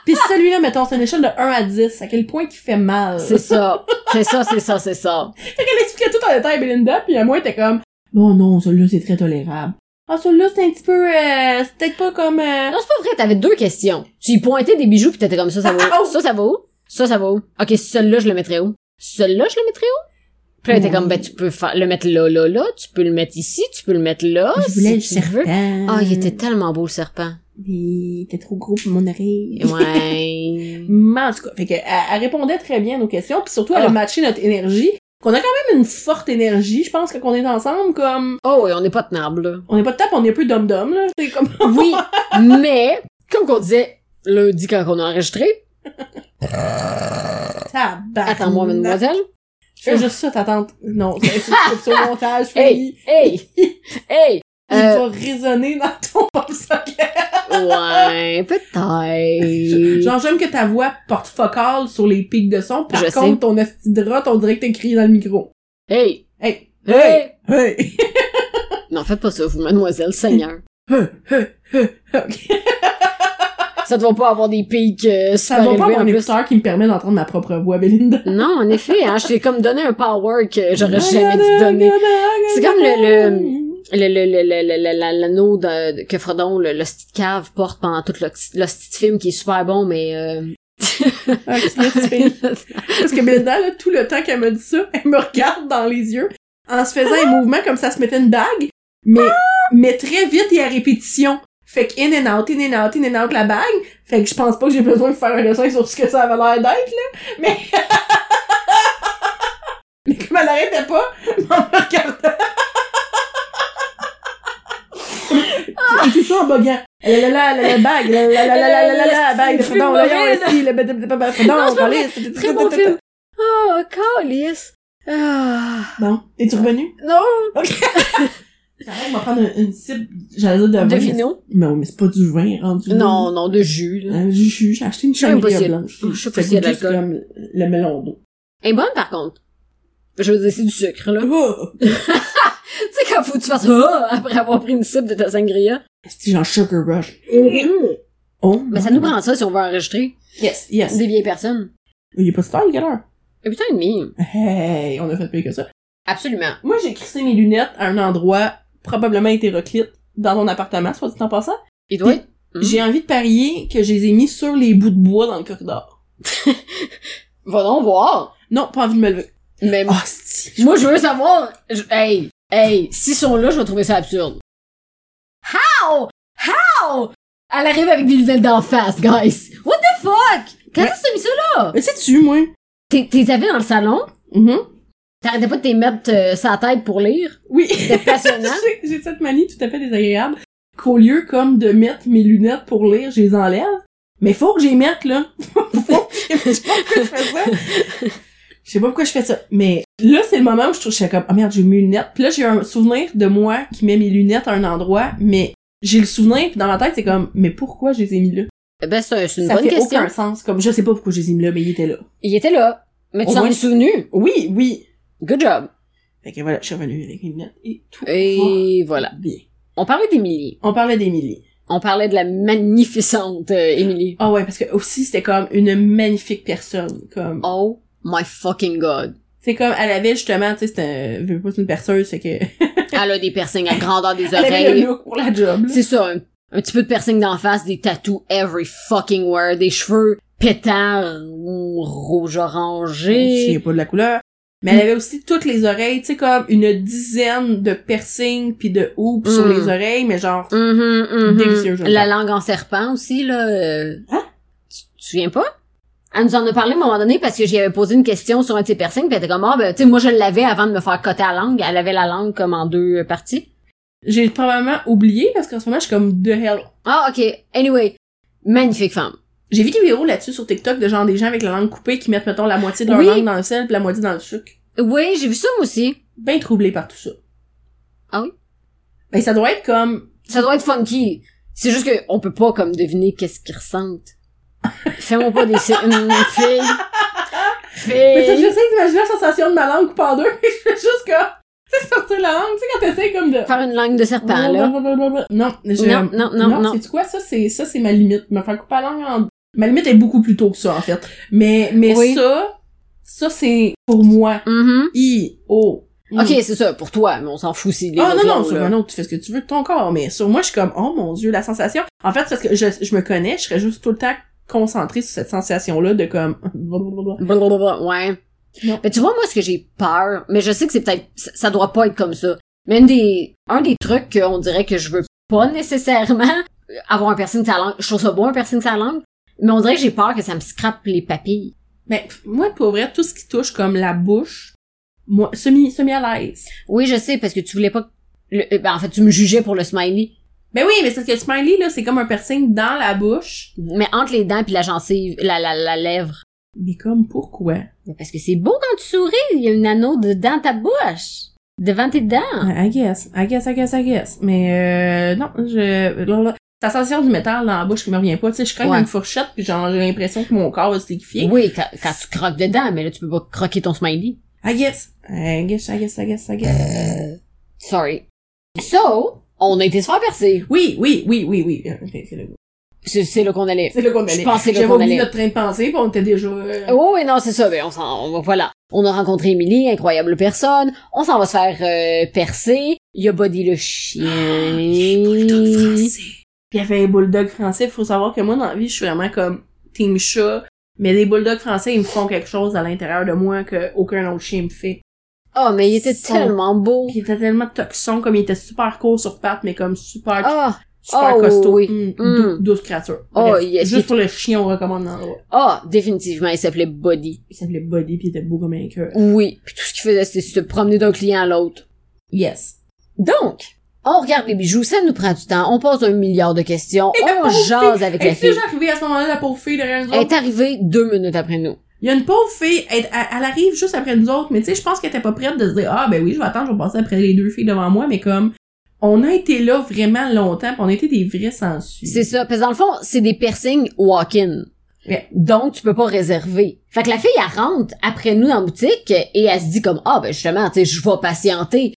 S2: Puis celui-là, mettons, c'est une échelle de 1 à 10. À quel point qu'il fait mal?
S1: C'est ça. C'est ça, c'est ça, c'est ça.
S2: Fait qu'elle expliquait tout en détail à Belinda, puis à moi, elle était comme « Bon, non, celui-là, c'est très tolérable. Ah, celui-là, c'est un petit peu... Euh, c'est peut-être pas comme... euh,
S1: Non, c'est pas vrai, t'avais deux questions. Tu y pointais des bijoux pis t'étais comme ça, ça
S2: Ah,
S1: vaut.
S2: oh!
S1: Ça, ça vaut. Ça, ça vaut. Ok, celui-là, je le mettrais où? Celui-là, je le mettrais où? Puis là, t'es comme, ben, tu peux fa- le mettre là, là, là, tu peux le mettre ici, tu peux le mettre là,
S2: Je voulais
S1: si
S2: le
S1: tu veux.
S2: serpent.
S1: Ah, il était tellement beau, le serpent.
S2: Mais il était trop gros pour mon oreille.
S1: Ouais.
S2: Mais en tout cas, fait que, elle, elle répondait très bien à nos questions, puis surtout, elle
S1: Ah.
S2: a matché notre énergie. Qu'on a quand même une forte énergie, je pense, quand on est ensemble, comme...
S1: Oh oui, on n'est pas tenable.
S2: On n'est pas de tape, on est un peu dum-dum, là. C'est comme...
S1: là. Oui, mais comme on disait lundi quand on a enregistré,
S2: Tabarnak.
S1: attends-moi mademoiselle.
S2: Je fais juste ça, t'attends... Non, c'est c'est- c'est sur le montage,
S1: Hey,
S2: fille.
S1: hey, hey.
S2: Il
S1: Euh,
S2: va résonner dans ton obstacle.
S1: ouais, peut-être.
S2: Genre, j'aime que ta voix porte focale sur les pics de son. Par
S1: Je
S2: contre,
S1: sais.
S2: ton esti de rot, on dirait que t'as crié dans le micro.
S1: Hey,
S2: Hey!
S1: hey.
S2: Hey!
S1: Non, faites pas ça, vous, mademoiselle, seigneur.
S2: Hey! Hey! Hey!
S1: ça doit pas avoir des pics euh,
S2: Ça
S1: super
S2: va pas
S1: élevés
S2: mon
S1: en plus.
S2: écouteur qui me permet d'entendre ma propre voix, Belinda.
S1: Non, en effet, hein, je t'ai comme donné un power que j'aurais jamais dû donner. C'est comme le- Le- le- le- le- le- le- la- L'anneau de- que Frodon, le, le petit cave, porte pendant tout le, le petit film qui est super bon, mais... Euh...
S2: Ah, qu'est-ce que tu fais? Parce que Belinda, là, tout le temps qu'elle me dit ça, elle me regarde dans les yeux en se faisant un mouvement comme ça se mettait une bague, mais, mais très vite et à répétition. Fait que in and out, in and out, in and out la bague. Fait que je pense pas que j'ai besoin de faire un dessin sur ce que ça avait l'air d'être, là. Mais. mais comme elle arrêtait pas, en me regardant. Et tout ça en buguant. La la la la la bague, la la la la la la la la bague,
S1: Film
S2: pardon, voyons,
S1: horrible.
S2: ici, le ba- ba- ba- ba-
S1: Non,
S2: pardon,
S1: c'est pas
S2: police,
S1: Très bon film. Oh, calice! Ah.
S2: Bon, es-tu revenu?
S1: Non!
S2: J'arrête, on va prendre une, une cible, j'allais dire de
S1: De
S2: vin,
S1: vino?
S2: mais- Non, mais c'est pas du vin rendu. là.
S1: Non, non, de jus, là.
S2: Hein, J'ai j'ai- j'ai acheté une
S1: Je sais
S2: chamière
S1: pas si-
S2: blanche.
S1: je sais pas
S2: Ça
S1: s'il y a de
S2: goûte juste
S1: l'alcool.
S2: comme le melon d'eau.
S1: Elle est bonne, par contre. Je veux dire, c'est du sucre, là.
S2: Oh!
S1: Tu sais, quand faut que tu fasses Ah après avoir pris une cible de ta sangria.
S2: C'est genre sugar rush. Oh!
S1: Mais ça nous prend ça si on veut enregistrer.
S2: Yes, yes.
S1: Des vieilles personnes.
S2: Il est pas tard, quelle heure?
S1: Et putain, et demi.
S2: Hey, on a fait pire que ça.
S1: Absolument.
S2: Moi, j'ai crissé mes lunettes à un endroit probablement hétéroclite dans mon appartement, soit dit en passant.
S1: Il doit être. Mhm.
S2: J'ai envie de parier que je les ai mis sur les bouts de bois dans le corridor.
S1: Va donc voir.
S2: Non, pas envie de me lever.
S1: Mais
S2: Oh, si.
S1: moi, je veux savoir. je- Hey, hey, s'ils sont là, je vais trouver ça absurde. How? How? Elle arrive avec des nouvelles d'en face, guys. What the fuck? Quand est-ce que t'as mis ça là?
S2: Mais sais-tu, moi?
S1: T'es t'es avais dans le salon?
S2: Mhm.
S1: T'arrêtais pas de t'y mettre euh, sa tête pour lire?
S2: Oui.
S1: C'était passionnant.
S2: J'ai- J'ai cette manie tout à fait désagréable qu'au lieu comme de mettre mes lunettes pour lire, je les enlève. Mais faut que je les mette, là. Faut que je sais pas pourquoi je fais ça. Je sais pas pourquoi je fais ça. Mais là, c'est le moment où je trouve, je suis comme, ah merde, j'ai mes lunettes. Puis là, j'ai un souvenir de moi qui met mes lunettes à un endroit, mais j'ai le souvenir, puis dans ma tête, c'est comme, mais pourquoi je les ai mis là?
S1: Eh Ben, c'est un- c'est une
S2: ça
S1: bonne
S2: fait
S1: question.
S2: aucun sens. Comme, je sais pas pourquoi je les ai mis là, mais ils étaient là.
S1: Il était là. Mais tu
S2: Au
S1: t'en
S2: moins-
S1: es souvenu.
S2: Oui, oui.
S1: Good job.
S2: Fait que voilà, je suis revenue avec mes lunettes et tout.
S1: Et voilà.
S2: va bien.
S1: On parlait d'Émilie.
S2: On parlait d'Émilie.
S1: On parlait de la magnificente euh, Émilie.
S2: Ah ouais, parce que aussi c'était comme une magnifique personne, comme.
S1: Oh my fucking god.
S2: C'est comme elle avait justement, tu sais, c'était un- veux pas c'est une perceuse, c'est que elle
S1: Elle a des piercings à grandeur des
S2: avait le
S1: oreilles.
S2: look pour la job. là.
S1: C'est ça, un, un petit peu de piercing d'en face, des tattoos every fucking where, des cheveux pétards ou rouge
S2: Je sais
S1: orangé.
S2: pas de la couleur, mais elle avait aussi toutes les oreilles, tu sais comme une dizaine de piercings puis de hoops sur
S1: Mm.
S2: les oreilles, mais genre
S1: Mhm, mhm.
S2: Délicieux, j'aime
S1: La
S2: ça.
S1: langue en serpent aussi, là. euh,
S2: Hein?
S1: Tu tu te souviens pas? Elle nous en a parlé à un moment donné parce que j'y avais posé une question sur un de ses piercings, puis elle était comme, ah, ben, tu sais, moi, je l'avais avant de me faire coter la langue. Elle avait la langue comme en deux euh, parties.
S2: j'ai probablement oublié parce qu'en ce moment je suis comme de hell.
S1: Ah, ok. Anyway. Magnifique femme.
S2: J'ai vu des vidéos là-dessus sur TikTok de genre des gens avec la langue coupée qui mettent mettons la moitié de leur
S1: Oui.
S2: langue dans le sel puis la moitié dans le sucre.
S1: Oui, j'ai vu ça, moi aussi.
S2: Ben troublé par tout ça.
S1: Ah oui?
S2: Ben ça doit être comme
S1: Ça doit être funky. C'est juste que on peut pas, comme, deviner qu'est-ce qu'ils ressentent. Fais-moi pas des... Une fille.
S2: Mais ça,
S1: Fille.
S2: j'essaie d'imaginer la sensation de ma langue coupée en deux, et je fais juste comme, tu sais, sortir la langue, tu sais, quand t'essayes comme de...
S1: Faire une langue de serpent, là.
S2: Non, je-
S1: Non, non, non, non.
S2: c'est quoi, ça, c'est, ça, c'est ma limite. Me faire couper la langue en Ma limite est beaucoup plus tôt que ça, en fait. Mais, mais
S1: Oui.
S2: ça, ça, c'est pour moi.
S1: Mhm.
S2: I, O. Mm.
S1: Ok, c'est ça, pour toi, mais on s'en fout si les
S2: Ah,
S1: autres
S2: non, non,
S1: langues,
S2: sur
S1: là.
S2: un autre, tu fais ce que tu veux de ton corps, mais sur moi, je suis comme, oh mon dieu, la sensation. En fait, c'est parce que je, je me connais, je serais juste tout le temps concentrée sur cette sensation-là de comme,
S1: Blablabla, ouais.
S2: Non.
S1: Mais tu vois, moi, ce que j'ai peur, mais je sais que c'est peut-être, ça ça doit pas être comme ça. Mais une des, un des trucs qu'on dirait que je veux pas nécessairement euh, avoir un piercing de sa langue, je trouve ça bon un piercing de sa langue, mais on dirait que j'ai peur que ça me scrape les papilles.
S2: Ben, pff, moi, pour vrai, tout ce qui touche comme la bouche, moi, semi, semi à l'aise.
S1: Oui, je sais, parce que tu voulais pas, que le- euh, ben, en fait, tu me jugeais pour le smiley.
S2: Ben oui, mais c'est parce que le smiley, là, c'est comme un piercing dans la bouche.
S1: Mais entre les dents puis la gencive, la, la, la lèvre.
S2: Mais comme, pourquoi?
S1: Mais Parce que c'est beau quand tu souris, il y a une anneau de- dans ta bouche. Devant tes dents.
S2: I I guess, I guess, I guess, I guess. Mais, euh, non, je, là, là, la sensation du métal dans la bouche qui me revient pas, tu sais, je crains
S1: Ouais.
S2: une fourchette pis genre, j'ai l'impression que mon corps va se liquéfier.
S1: Oui, quand, quand tu croques dedans, mais là, tu peux pas croquer ton smiley.
S2: I guess, I guess, I guess, I guess, I guess.
S1: Sorry. So, on a été se faire percer.
S2: Oui, oui, oui, oui, oui. Euh, Ok, c'est le goût.
S1: C'est c'est là qu'on allait.
S2: C'est là qu'on
S1: Je
S2: allait.
S1: pense que c'est là
S2: J'avais
S1: qu'on
S2: oublié
S1: allait.
S2: notre train de pensée, puis on était déjà... euh,
S1: Oh oui, non, c'est ça. Ben, on s'en, on- voilà. On a rencontré Émilie, incroyable personne. On s'en va se faire euh, percer. Il y a Buddy
S2: Ah,
S1: le chien.
S2: Il y avait un bulldog français. Faut savoir que moi, dans la vie, je suis vraiment comme team chat. Mais les bulldogs français, ils me font quelque chose à l'intérieur de moi que aucun autre chien me fait.
S1: Oh, mais il était
S2: Son-
S1: tellement beau.
S2: Puis il était tellement toxon, comme il était super court sur pattes, mais comme super,
S1: Ah,
S2: super
S1: oh,
S2: costaud.
S1: oui.
S2: Mm,
S1: Mm.
S2: dou- douce créature.
S1: Oh,
S2: Bref,
S1: yes,
S2: Juste
S1: il-
S2: pour le chien, on recommande l'endroit.
S1: ah, définitivement, il s'appelait Buddy.
S2: Il s'appelait Buddy, puis il était beau comme un cœur.
S1: Oui. Puis tout ce qu'il faisait, c'était se promener d'un client à l'autre.
S2: Yes.
S1: Donc, on regarde les bijoux, ça nous prend du temps, on pose un milliard de questions,
S2: Et la
S1: on
S2: pauvre
S1: jase avec
S2: Elle
S1: la
S2: est déjà
S1: fille.
S2: arrivée à ce moment-là, la pauvre fille derrière nous
S1: Elle
S2: autres?
S1: est arrivée deux minutes après nous.
S2: Il y a une pauvre fille, elle, elle- elle arrive juste après nous autres, mais tu sais, je pense qu'elle était pas prête de se dire, ah ben oui, je vais attendre, je vais passer après les deux filles devant moi, mais comme, on a été là vraiment longtemps, pis on a été des vrais sensus.
S1: C'est ça. Parce que dans le fond, c'est des piercings walk-in.
S2: Ouais.
S1: Donc, tu peux pas réserver. Fait que la fille, elle rentre après nous en boutique et elle se dit comme, ah, ben, justement, tu sais, je vais patienter.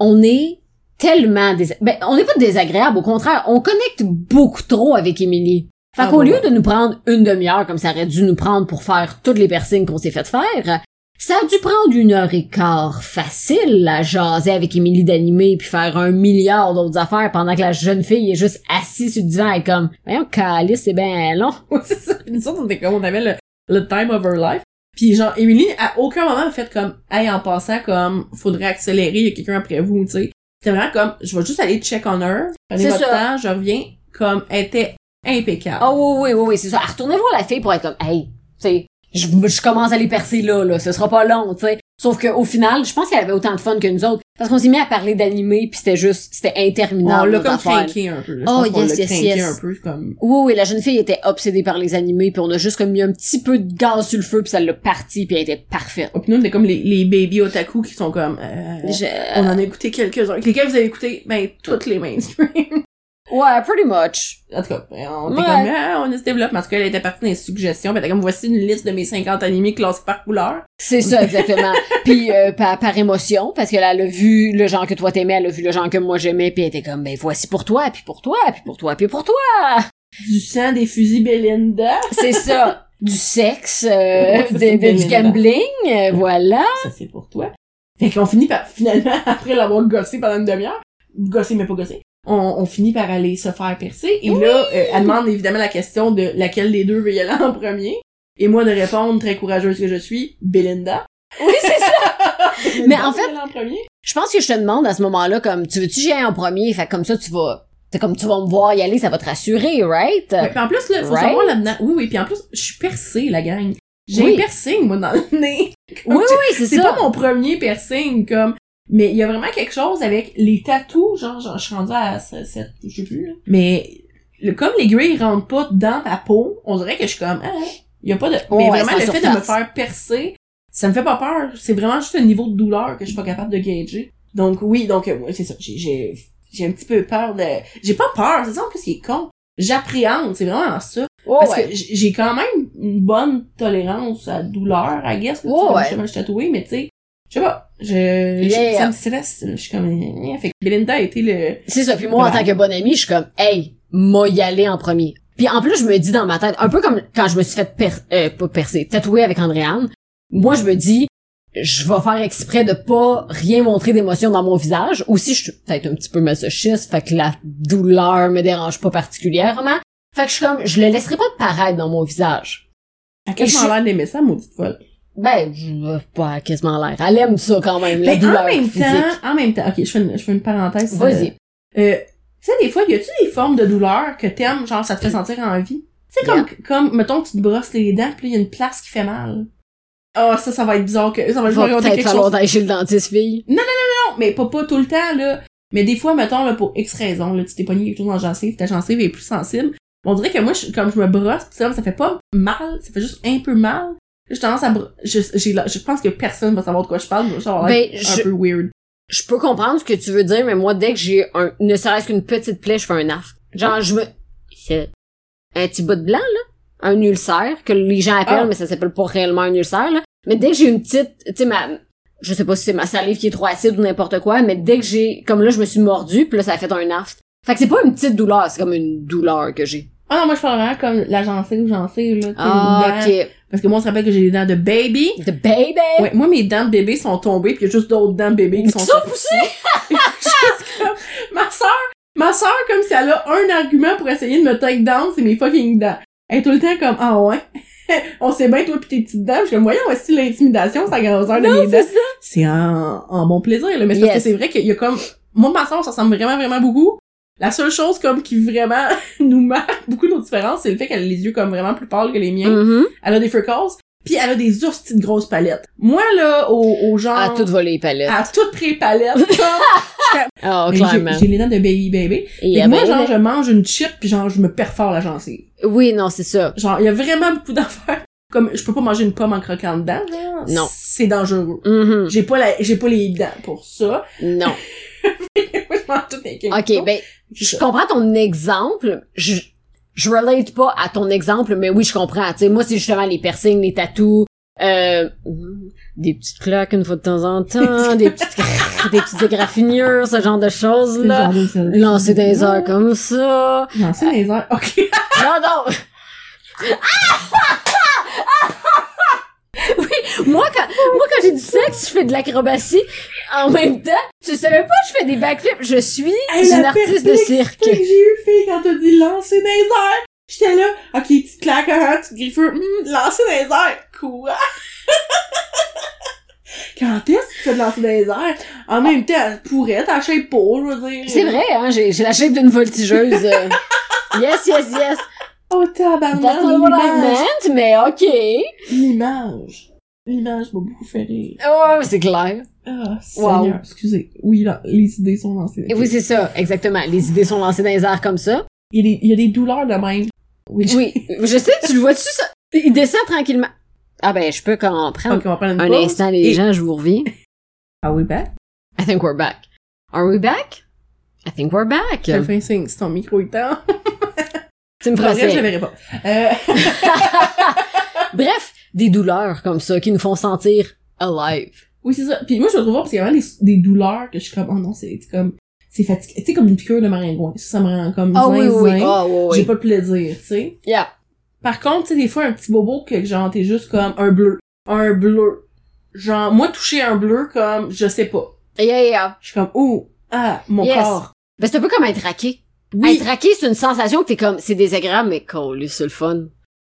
S1: On est tellement dés... ben, on n'est pas désagréable. Au contraire, on connecte beaucoup trop avec Émilie. Fait
S2: Ah,
S1: qu'au
S2: ouais,
S1: lieu
S2: ouais.
S1: de nous prendre une demi-heure comme ça aurait dû nous prendre pour faire toutes les piercings qu'on s'est fait faire, ça a dû prendre une heure et quart facile à jaser avec Émilie d'animer puis faire un milliard d'autres affaires pendant que la jeune fille est juste assise sur le divan et est comme voyons calice c'est bien long.
S2: Ouais, c'est ça. Puis Nous autres, on était comme, on avait le, le time of our life. Puis genre, Emily, à aucun moment, a fait comme, hey, en passant, comme, faudrait accélérer, il y a quelqu'un après vous, tu sais. C'était vraiment comme, je vais juste aller check on her, prenez
S1: C'est
S2: votre
S1: ça.
S2: temps, je reviens, comme, elle était impeccable.
S1: Ah oui oui oui oui c'est ça. Retournez voir la fille pour être comme hey tu sais je, je commence à les percer là là ce sera pas long tu sais. Sauf que au final je pense qu'elle avait autant de fun que nous autres parce qu'on s'est mis à parler d'animer puis c'était juste c'était
S2: on
S1: interminable.
S2: l'a
S1: nos
S2: comme
S1: affaires.
S2: craqué un peu. là. Je
S1: Oh,
S2: pense qu'on
S1: yes,
S2: l'a
S1: yes,
S2: craqué
S1: yes.
S2: un peu, comme,
S1: Oui, oui, la jeune fille était obsédée par les animés, puis on a juste comme mis un petit peu de gaz sur le feu, puis ça l'a parti, puis elle était parfaite.
S2: Oh, puis nous, on est comme les, les baby otaku qui sont comme... euh,
S1: Je-
S2: on en a écouté quelques-uns. Lesquels vous avez écouté? Ben, toutes les mainstream.
S1: Ouais, pretty much.
S2: en tout cas, ben, on
S1: Ouais.
S2: était comme, ah, on se développe. Mais En tout cas, elle était partie des suggestions. Ben, t'as comme, voici une liste de mes 50 animés classés par couleur.
S1: C'est ça, exactement. puis euh, par, par émotion, parce que là, elle a vu le genre que toi t'aimais, elle a vu le genre que moi j'aimais, puis elle était comme, ben voici pour toi, puis pour toi, puis pour toi, puis pour toi.
S2: Du sang, des fusils Belinda.
S1: C'est ça. Du sexe, euh,
S2: Ouais,
S1: de-
S2: c'est
S1: de- du
S2: bien
S1: gambling, euh, voilà.
S2: Ça, c'est pour toi. Fait qu'on finit par, finalement, après l'avoir gossé pendant une demi-heure, gossé mais pas gossé, on, on finit par aller se faire percer. Et là, euh, elle demande évidemment la question de laquelle des deux veut y aller en premier. Et moi de répondre, très courageuse que je suis, Belinda.
S1: Oui, c'est ça. Mais en fait- euh,
S2: Elle en premier.
S1: Je pense que je te demande à ce moment-là, comme, tu veux-tu que j'y aille en premier? Fait que comme ça, tu vas... C'est comme tu vas me voir y aller, ça va te rassurer, right?
S2: Ouais, puis en plus, là, faut
S1: Right?
S2: savoir là-dedans. Oui, oui, puis en plus, je suis percée, la gang. J'ai
S1: Oui.
S2: un piercing, moi, dans le nez.
S1: Oui, oui, oui, c'est
S2: C'est
S1: ça.
S2: pas mon premier piercing, comme. Mais il y a vraiment quelque chose avec les tatous, genre, genre, je suis rendue à 7, je sais plus, là. Mais, le, comme l'aiguille rentre pas dans ma peau, on dirait que je suis comme, ah, il y a pas de.
S1: Ouais,
S2: mais vraiment,
S1: sans
S2: le fait de me
S1: surface.
S2: faire percer, ça me fait pas peur. C'est vraiment juste un niveau de douleur que je suis pas capable de gager. Donc, oui, donc, euh, ouais, c'est ça. J'ai, j'ai, j'ai un petit peu peur de. J'ai pas peur, c'est ça, en plus, qui est con. J'appréhende, c'est vraiment ça.
S1: Oh,
S2: Parce
S1: ouais.
S2: que j- j'ai quand même une bonne tolérance à la douleur, I guess. Là,
S1: Ouais,
S2: tu sais, comme
S1: ouais.
S2: justement, Je suis tatouée, mais tu sais, je sais pas. Je, je-
S1: Yeah.
S2: Ça me stresse. là. Je suis comme... eh, eh. Fait que Belinda a été le...
S1: C'est ça. Puis moi, en
S2: Ouais.
S1: tant que bonne amie, je suis comme, hey, moi y aller en premier. Puis en plus, je me dis dans ma tête, un peu comme quand je me suis fait per euh, pas percer, tatouer avec Andréane, moi, je me dis, je vais faire exprès de pas rien montrer d'émotion dans mon visage. Aussi, je suis peut-être un petit peu masochiste, fait que la douleur me dérange pas particulièrement. Fait que je suis comme, je le laisserai pas paraître dans mon visage.
S2: À quel
S1: Et je-
S2: moment l'air d'aimer ça, maudite folle?
S1: Ben, je pas quasiment l'air. Elle aime ça quand même, la
S2: Mais
S1: douleur
S2: en même
S1: physique.
S2: temps... En même temps... OK, je fais une, je fais une parenthèse.
S1: Vas-y.
S2: Euh, euh, tu sais, des fois, y a-tu des formes de douleur que t'aimes, genre ça te fait sentir en vie? Tu sais, comme, comme, mettons, tu te brosses les dents, puis là, y a une place qui fait mal. Ah, ça, ça va être bizarre que... Ça va, je vais
S1: Va
S2: raconter
S1: peut-être
S2: quelque chose
S1: falloir d'aller chez le dentiste, fille.
S2: Non, mais pas, pas tout le temps, là. Mais des fois, mettons, là, pour X raison, là, tu t'es pogné quelque chose dans la gencive, ta gencive est plus sensible. On dirait que moi, je, comme je me brosse, pis ça, ça fait pas mal, ça fait juste un peu mal. J'ai tendance à bro- je, j'ai la- je pense que personne va savoir de quoi je parle, genre,
S1: Ben,
S2: un
S1: je-
S2: peu weird.
S1: je peux comprendre ce que tu veux dire, mais moi, dès que j'ai un, ne serait-ce qu'une petite plaie, je fais un aft. Genre, je me, c'est un petit bout de blanc, là. Un ulcère, que les gens appellent,
S2: Ah.
S1: mais ça s'appelle pas réellement un ulcère, là. Mais dès que j'ai une petite, tu sais, ma, je sais pas si c'est ma salive qui est trop acide ou n'importe quoi, mais dès que j'ai, comme là, je me suis mordu, puis là, ça a fait un aft. Fait que c'est pas une petite douleur, c'est comme une douleur que j'ai.
S2: Ah non, moi, je parle vraiment comme la gencée ou gencée, là. tu sais,
S1: Ah,
S2: les dents.
S1: ok.
S2: Parce que moi, on se rappelle que j'ai les dents de baby.
S1: The baby!
S2: Ouais, moi, mes dents de bébé sont tombées, puis il y a juste d'autres dents de bébé qui sont
S1: Ils sont poussés!
S2: Juste comme- ma soeur, ma soeur, comme si elle a un argument pour essayer de me take down, c'est mes fucking dents. Elle est tout le temps comme, ah ouais. On sait bien, toi pis tes petites dents. Je suis comme, voyons, est-ce l'intimidation, sa grandeur de mes dents? C'est en, en bon plaisir, là. Mais c'est parce que
S1: Yes.
S2: c'est vrai qu'il y a comme, moi, ma soeur, on se ressemble vraiment, vraiment beaucoup. La seule chose, comme, qui vraiment nous marque beaucoup nos différences, c'est le fait qu'elle a les yeux, comme, vraiment plus pâles que les miens.
S1: Mhm.
S2: Elle a des freckles. Puis elle a des oursites de grosses palettes. Moi, là, au, au genre...
S1: Ah, tout voler les palettes.
S2: à toutes les palettes. comme,
S1: Ah,
S2: mais j'ai-
S1: clairement.
S2: J'ai les dents de baby baby.
S1: Et
S2: Fait que
S1: ah,
S2: moi,
S1: ben,
S2: genre, je mange une chip puis genre, je me perfore la gencive.
S1: Oui, non, c'est ça.
S2: Genre, il y a vraiment beaucoup d'affaires. Comme, je peux pas manger une pomme en croquant dedans, genre.
S1: Non.
S2: C'est dangereux.
S1: Mhm.
S2: J'ai pas la, j'ai pas les dents pour ça.
S1: Non.
S2: Moi, je mange toutes les
S1: Ok, ben, je comprends ton exemple. Je, je relate pas à ton exemple, mais oui, je comprends. Tu sais, moi, c'est justement les piercings, les tatous, euh, des petites claques une fois de temps en temps, des petites, cr- des petites égraffinures, ce genre de choses-là. Lancer des heures comme ça.
S2: Lancer des heures. Ok.
S1: Non, non! oui, moi quand, moi, quand j'ai du sexe, je fais de l'acrobatie. En même temps, je savais pas, je fais des backflips. Je suis
S2: Hey,
S1: une
S2: la
S1: artiste de cirque.
S2: Fait que j'ai eu fait quand t'as dit lancer des airs. J'étais là, ok, petite claque, hein, petite griffeur, hum, lancer des airs. Quoi? quand est-ce que tu fais de lancer des airs? En même temps, elle pourrait, t'as shape pas, je veux dire.
S1: C'est vrai, hein, j'ai, j'ai la shape d'une voltigeuse. euh. yes, yes, yes.
S2: Oh, tabarnak,
S1: That's not what I meant,
S2: l'image.
S1: mais ok.
S2: L'image. L'image m'a beaucoup fait rire.
S1: Oh, c'est clair.
S2: Ah,
S1: Wow.
S2: Seigneur, excusez. Oui, là, les idées sont lancées.
S1: Et oui, c'est ça, exactement. Les idées sont lancées dans les airs comme ça.
S2: il, y a des, il y a des douleurs de même. Oui, je-
S1: Oui, je sais, tu le vois-tu, ça? Il descend tranquillement. Ah ben, je peux comprendre.
S2: Ok, on va prendre une
S1: Un
S2: pause.
S1: instant, les
S2: Et-
S1: gens, je vous reviens.
S2: Ah oui, ben.
S1: I think we're back. Are we back? I think we're back.
S2: Je te fais un signe, si ton micro est temps.
S1: Tu me
S2: Bref, je
S1: procèdes.
S2: le verrai pas. Euh,
S1: Bref, des douleurs comme ça qui nous font sentir alive.
S2: oui, c'est ça. Puis moi, je vais trouver parce qu'il y a vraiment des, des douleurs que je suis comme, oh non, c'est c'est comme, c'est fatigué. Tu sais, comme une piqûre de maringouin. Ça, ça me rend comme
S1: Ah oui,
S2: zinzin.
S1: oui, oui. Ah oui,
S2: J'ai
S1: oui.
S2: pas de plaisir, tu sais.
S1: Yeah.
S2: Par contre, tu sais, des fois, un petit bobo que genre, t'es juste comme un bleu. Un bleu. Genre, moi, toucher un bleu, comme, je sais pas.
S1: Yeah, yeah.
S2: Je suis comme, ouh, ah, mon
S1: Yes.
S2: corps.
S1: Ben, c'est un peu comme être raqué.
S2: Oui.
S1: Être raqué, c'est une sensation que t'es comme, c'est désagréable, mais cool, c'est le fun.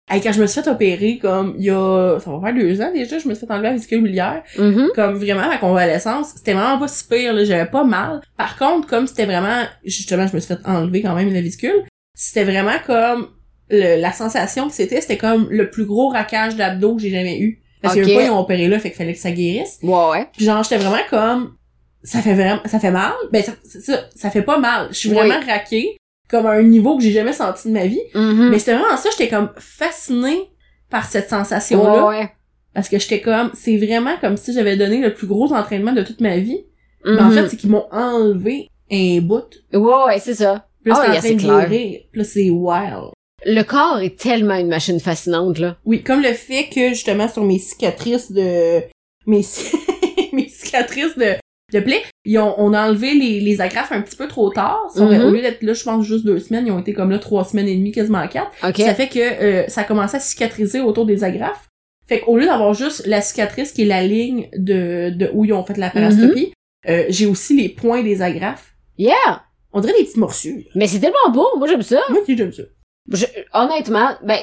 S2: Hey, quand je me suis fait opérer, comme, il y a, ça va faire deux ans déjà, je me suis fait enlever la vésicule biliaire.
S1: Mhm.
S2: comme vraiment ma convalescence, c'était vraiment pas si pire, là, j'avais pas mal. Par contre, comme c'était vraiment, justement, je me suis fait enlever quand même la vésicule, c'était vraiment comme, le- la sensation que c'était, c'était comme le plus gros raquage d'abdos que j'ai jamais eu. Parce que
S1: Ok.
S2: qu'il y a un pas, ils ont opéré là, fait qu'il fallait que ça guérisse.
S1: Ouais, ouais.
S2: Puis genre, j'étais vraiment comme, ça fait vraiment, ça fait mal? Ben, ça, ça, ça fait pas mal. Je suis
S1: Oui.
S2: vraiment raquée, comme à un niveau que j'ai jamais senti de ma vie.
S1: Mhm.
S2: Mais c'était vraiment ça, j'étais comme fascinée par cette sensation-là.
S1: ouais, ouais.
S2: Parce que j'étais comme, c'est vraiment comme si j'avais donné le plus gros entraînement de toute ma vie. Mais en
S1: Mhm.
S2: fait, c'est qu'ils m'ont enlevé un bout.
S1: ouais, ouais, c'est ça.
S2: Puis là,
S1: Ah, yeah,
S2: c'est
S1: c'est
S2: en train
S1: clair.
S2: de mûrir. Puis là, c'est wild.
S1: Le corps est tellement une machine fascinante, là.
S2: Oui, comme le fait que, justement, sur mes cicatrices de... Mes, ci- mes cicatrices de... De plaie, ils ont, on a enlevé les, les agrafes un petit peu trop tard. Ça aurait-
S1: Mhm.
S2: Au lieu d'être là, je pense, juste deux semaines, ils ont été comme là trois semaines et demie, quasiment quatre.
S1: OK?
S2: Ça fait que euh, ça commençait à cicatriser autour des agrafes. Fait qu'au lieu d'avoir juste la cicatrice qui est la ligne de, de où ils ont fait la parastopie, euh, j'ai aussi les points des agrafes.
S1: Yeah!
S2: On dirait des petites morsures.
S1: Mais c'est tellement beau, moi j'aime ça.
S2: Moi aussi, j'aime ça.
S1: Je- honnêtement, ben,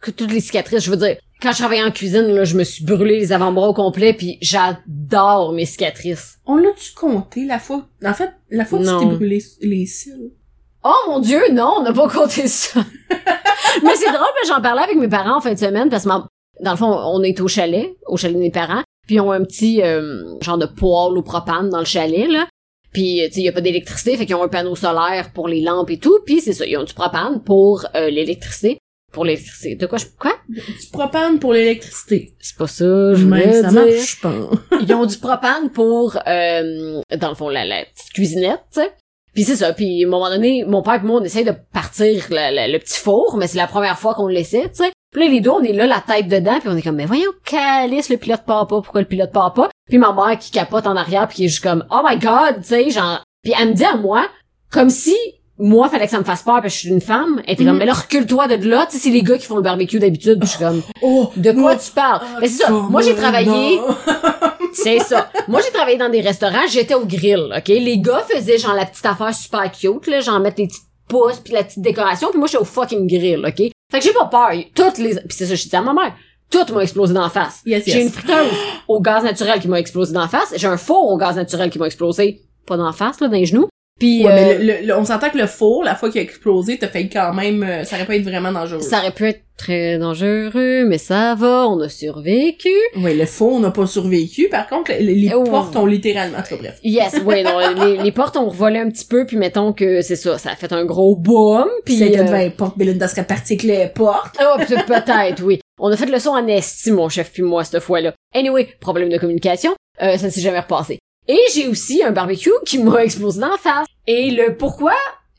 S1: que toutes les cicatrices, je veux dire, quand je travaillais en cuisine, là, je me suis brûlé les avant-bras au complet, puis j'adore mes cicatrices.
S2: On l'a-tu compté la fois... En fait, la fois que tu
S1: Non.
S2: t'es brûlé les cils.
S1: Oh mon dieu, non, on n'a pas compté ça. Mais c'est drôle, parce que j'en parlais avec mes parents en fin de semaine, parce que ma- dans le fond, on est au chalet, au chalet de mes parents, puis ils ont un petit euh, genre de poêle au propane dans le chalet, là. Puis, tu sais, il n'y a pas d'électricité, fait qu'ils ont un panneau solaire pour les lampes et tout, puis c'est ça, ils ont du propane pour euh, l'électricité. Pour l'électricité. De quoi je... Quoi?
S2: Du propane pour l'électricité.
S1: C'est pas ça, je
S2: Même
S1: voulais
S2: ça
S1: dire.
S2: marche, je pense.
S1: ils ont du propane pour euh, dans le fond la, la petite cuisinette tu sais. puis c'est ça puis à un moment donné mon père et moi on essaye de partir la- la- le petit four mais c'est la première fois qu'on le laissait tu sais puis là les deux on est là la tête dedans puis on est comme mais voyons calice le pilote part pas pourquoi le pilote part pas puis ma mère qui capote en arrière puis qui est juste comme oh my god tu sais genre puis elle me dit à moi comme si moi, fallait que ça me fasse peur parce que je suis une femme. Elle était
S2: Mhm.
S1: comme, mais là, recule-toi de là. Tu sais, c'est les gars qui font le barbecue d'habitude. Puis je suis comme,
S2: Oh!
S1: de quoi
S2: moi- oh,
S1: tu parles? Mais c'est ça. Moi, j'ai travaillé, c'est ça. Moi, j'ai travaillé dans des restaurants, j'étais au grill, OK? Les gars faisaient genre la petite affaire super cute, là, genre mettre les petites pousses puis la petite décoration, puis moi, j'étais au fucking grill, OK? Fait que j'ai pas peur. Toutes les... Puis c'est ça, j'ai dit à ma mère. Toutes m'ont explosé d'en face.
S2: Yes,
S1: J'ai une
S2: yes.
S1: friteuse au gaz naturel qui m'a explosé d'en face. J'ai un four au gaz naturel qui m'a explosé. Pas d'en face, là, dans les genoux. Puis
S2: Ouais,
S1: euh,
S2: mais le- le- le- on s'entend que le four, la fois qu'il a explosé, t'as fait quand même, euh, ça aurait pas été vraiment dangereux.
S1: ça aurait pu être très dangereux, mais ça va, on a survécu.
S2: Oui, le four n'a pas survécu. Par contre, les, les
S1: Oh.
S2: portes ont littéralement, en tout cas, bref.
S1: Yes, oui, non, les, les portes ont revolé un petit peu, puis mettons que c'est ça, ça a fait un gros boom, puis...
S2: Puis,
S1: euh,
S2: ça devait être porte, Belinda serait partie avec les portes.
S1: Ah, peut- peut-être, oui. On a fait le son en esti, mon chef puis moi, cette fois-là. Anyway, problème de communication, euh, ça ne s'est jamais repassé. Et j'ai aussi un barbecue qui m'a explosé d'en face. Et le pourquoi,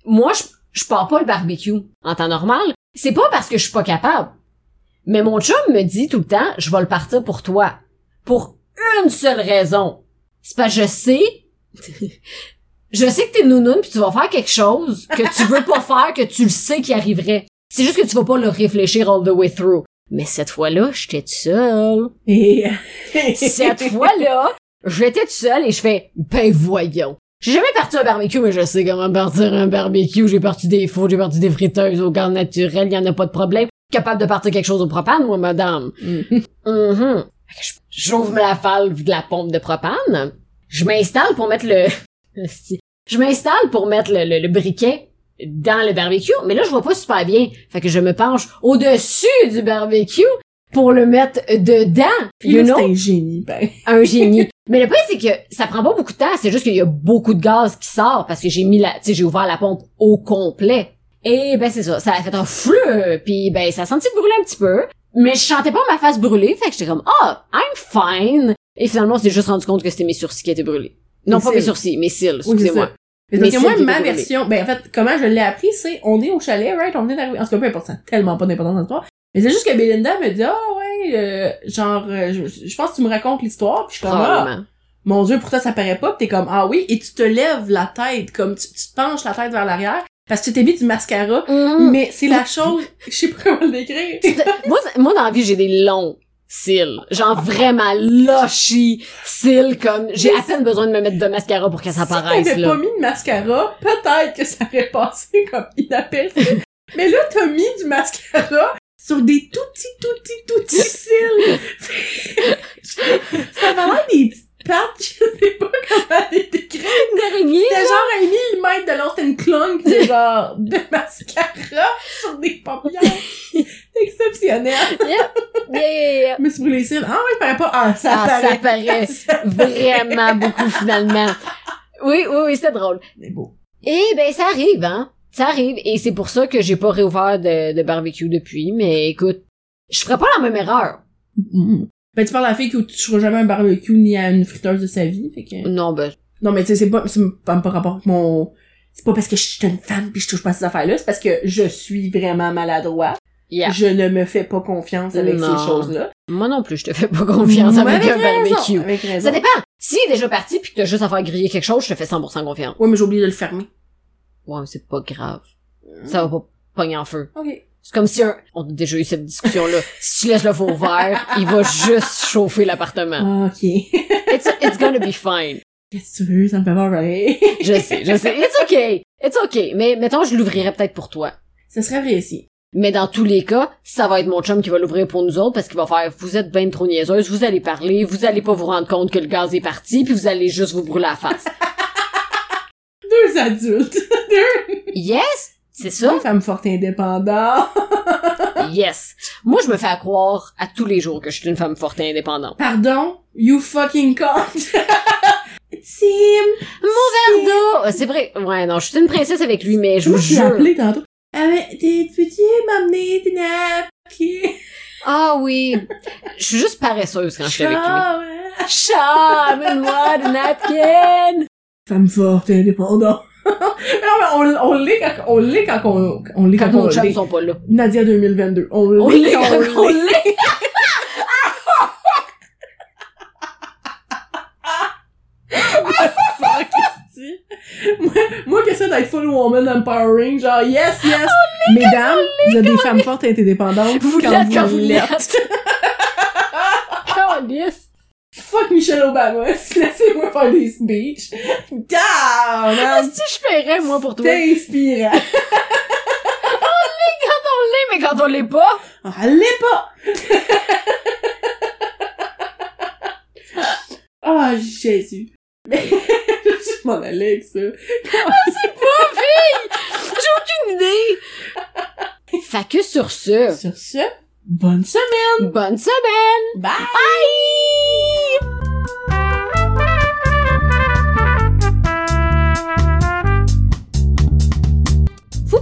S1: moi, je, je pars pas le barbecue en temps normal. C'est pas parce que je suis pas capable. Mais mon chum me dit tout le temps, je vais le partir pour toi. Pour une seule raison. C'est parce que je sais... Je sais que t'es nounoun puis tu vas faire quelque chose que tu veux pas faire, que tu le sais qui arriverait. C'est juste que tu vas pas le réfléchir all the way through. Mais cette fois-là, j'étais toute seule.
S2: Et... euh,
S1: Cette fois-là, j'étais toute seule et je fais, ben voyons. J'ai jamais parti un barbecue, mais je sais comment partir un barbecue. J'ai parti des fours, j'ai parti des friteuses au gaz naturel, il y en a pas de problème. Capable de partir quelque chose au propane, moi, madame.
S2: Mhm.
S1: Mhm. Fait que je- J'ouvre la valve de la pompe de propane. Je m'installe pour mettre le... Esti. Je m'installe pour mettre le, le- le briquet dans le barbecue, mais là, je vois pas super bien. Fait que je me penche au-dessus du barbecue pour le mettre dedans. You
S2: Lui,
S1: know?
S2: c'est un génie, ben.
S1: un génie. Mais le point, c'est que ça prend pas beaucoup de temps. C'est juste qu'il y a beaucoup de gaz qui sort parce que j'ai mis la, tu sais, j'ai ouvert la pompe au complet. Et ben, c'est ça. Ça a fait un fleu. Puis ben, ça a senti brûler un petit peu. Mais je chantais pas ma face brûlée. Fait que j'étais comme, ah, I'm fine. Et finalement, on s'est juste rendu compte que c'était mes sourcils qui étaient brûlés. Non,
S2: Mes
S1: pas mes
S2: cils.
S1: sourcils, mes cils.
S2: Oui, c'est
S1: Excusez-moi.
S2: ça. Mais
S1: Mais
S2: parce que moi,
S1: c'est
S2: ma
S1: déroulé.
S2: version, ben, en fait, comment je l'ai appris, c'est, on est au chalet, right? On est d'arriver, en tout cas, peu importe, ça a tellement pas d'importance dans l'histoire. Mais c'est juste que Belinda me dit, ah, ouais, euh, genre, euh, je, je pense que tu me racontes l'histoire, puis je suis comme, ah,
S1: Probablement.
S2: mon dieu, pourtant ça paraît pas, pis t'es comme, ah oui, et tu te lèves la tête, comme tu, tu te penches la tête vers l'arrière, parce que tu t'es mis du mascara,
S1: Mhm.
S2: mais c'est la chose, je sais pas comment le décrire.
S1: moi, ça- moi, dans la vie, j'ai des longs cils. Genre vraiment lochis cils comme, j'ai à peine besoin de me mettre de mascara pour que ça
S2: si
S1: paraisse,
S2: t'avais
S1: là.
S2: pas mis de mascara, peut-être que ça aurait passé comme inaperçu. mais là, t'as mis du mascara sur des tout petits, tout petits, tout petits cils. ça va l'air des petites pattes, je sais pas comment les décrire.
S1: d'araignée.
S2: C'était genre un millimètre de long, c'était une clonque de genre de mascara sur des paupières. C'est exceptionnel. Mais sur les cils, ah ouais, il paraît pas, ah, ça
S1: Ah, ça
S2: paraît.
S1: paraît
S2: Ça-
S1: vraiment beaucoup finalement. Oui, oui, oui, c'était drôle.
S2: Mais bon.
S1: Et ben ça arrive, hein. Ça arrive et c'est pour ça que j'ai pas réouvert de, de barbecue depuis. Mais écoute, je ferai pas la même erreur.
S2: Mm. Ben, tu parles à la fille que tu toucheras jamais à un barbecue ni à une friteuse de sa vie, fait que...
S1: Non, ben
S2: Non, mais tu sais, c'est pas, c'est pas par rapport à mon... C'est pas parce que je suis une femme pis je touche pas à ces affaires-là, c'est parce que je suis vraiment maladroit.
S1: yeah.
S2: Je ne me fais pas confiance avec
S1: Non.
S2: ces choses-là.
S1: Moi non plus, je te fais pas confiance
S2: Mais
S1: avec un
S2: raison,
S1: barbecue.
S2: Avec raison.
S1: Ça dépend. Si il est déjà parti puis que t'as juste à faire griller quelque chose, je te fais 100% confiance.
S2: Ouais, mais j'ai oublié de le fermer.
S1: Ouais, mais c'est pas grave. Ça va pas pogner en feu.
S2: Ok.
S1: C'est comme si un... On a déjà eu cette discussion-là. si tu laisses le four ouvert, il va juste chauffer l'appartement.
S2: Ah, Ok.
S1: It's, it's gonna be fine.
S2: Qu'est-ce que tu veux? Ça me fait peur, pareil.
S1: Je sais, je sais. It's okay. It's okay. Mais mettons, je l'ouvrirais peut-être pour toi.
S2: Ça serait réussi.
S1: Mais dans tous les cas, ça va être mon chum qui va l'ouvrir pour nous autres parce qu'il va faire vous êtes ben trop niaiseuse, vous allez parler, vous allez pas vous rendre compte que le gaz est parti puis vous allez juste vous brûler la face.
S2: Deux adultes.
S1: Yes, c'est ça.
S2: Deux femmes fortes indépendantes.
S1: Yes. Moi, je me fais à croire à tous les jours que je suis une femme forte et indépendante.
S2: Pardon? You fucking cunt. Tim!
S1: Mon verre d'eau. Ah, C'est vrai. Ouais, non, je suis une princesse avec lui, mais je vous
S2: Moi, je l'ai
S1: jure.
S2: appelé tantôt. Ah, mais t'es- peux-tu m'amener tes napkins?
S1: Ah oui. Je suis juste paresseuse quand je suis avec lui.
S2: Ah, ouais.
S1: Chat, amène-moi des napkins.
S2: Femme forte indépendante. non, mais on, on l'est quand on l'est quand on, on l'est
S1: Quand
S2: quand on
S1: nos chums
S2: l'est.
S1: sont pas là.
S2: Nadia 2022. On
S1: On
S2: l'est
S1: l'est
S2: quand
S1: quand
S2: on
S1: on
S2: l'est.
S1: l'est.
S2: Fuck, esti. moi, moi qui essaie d'être full woman empowering, genre yes, yes, mesdames, vous êtes des femmes fortes et indépendantes.
S1: Vous
S2: quand
S1: l'êtes quand vous
S2: vous
S1: l'êtes. Calisse.
S2: Fuck Michelle Obama, laissez-moi faire des speeches. Damn,
S1: Ah,
S2: man,
S1: si je paierais, moi, pour toi. On l'est
S2: t'es inspirant.
S1: mais quand on l'est pas.
S2: Allez pas! Ah, Jésus. Mais, je m'en allais avec ça.
S1: Une idée. Fait que sur ce,
S2: Sur ce, bonne semaine!
S1: bonne semaine.
S2: Bye!
S1: Vous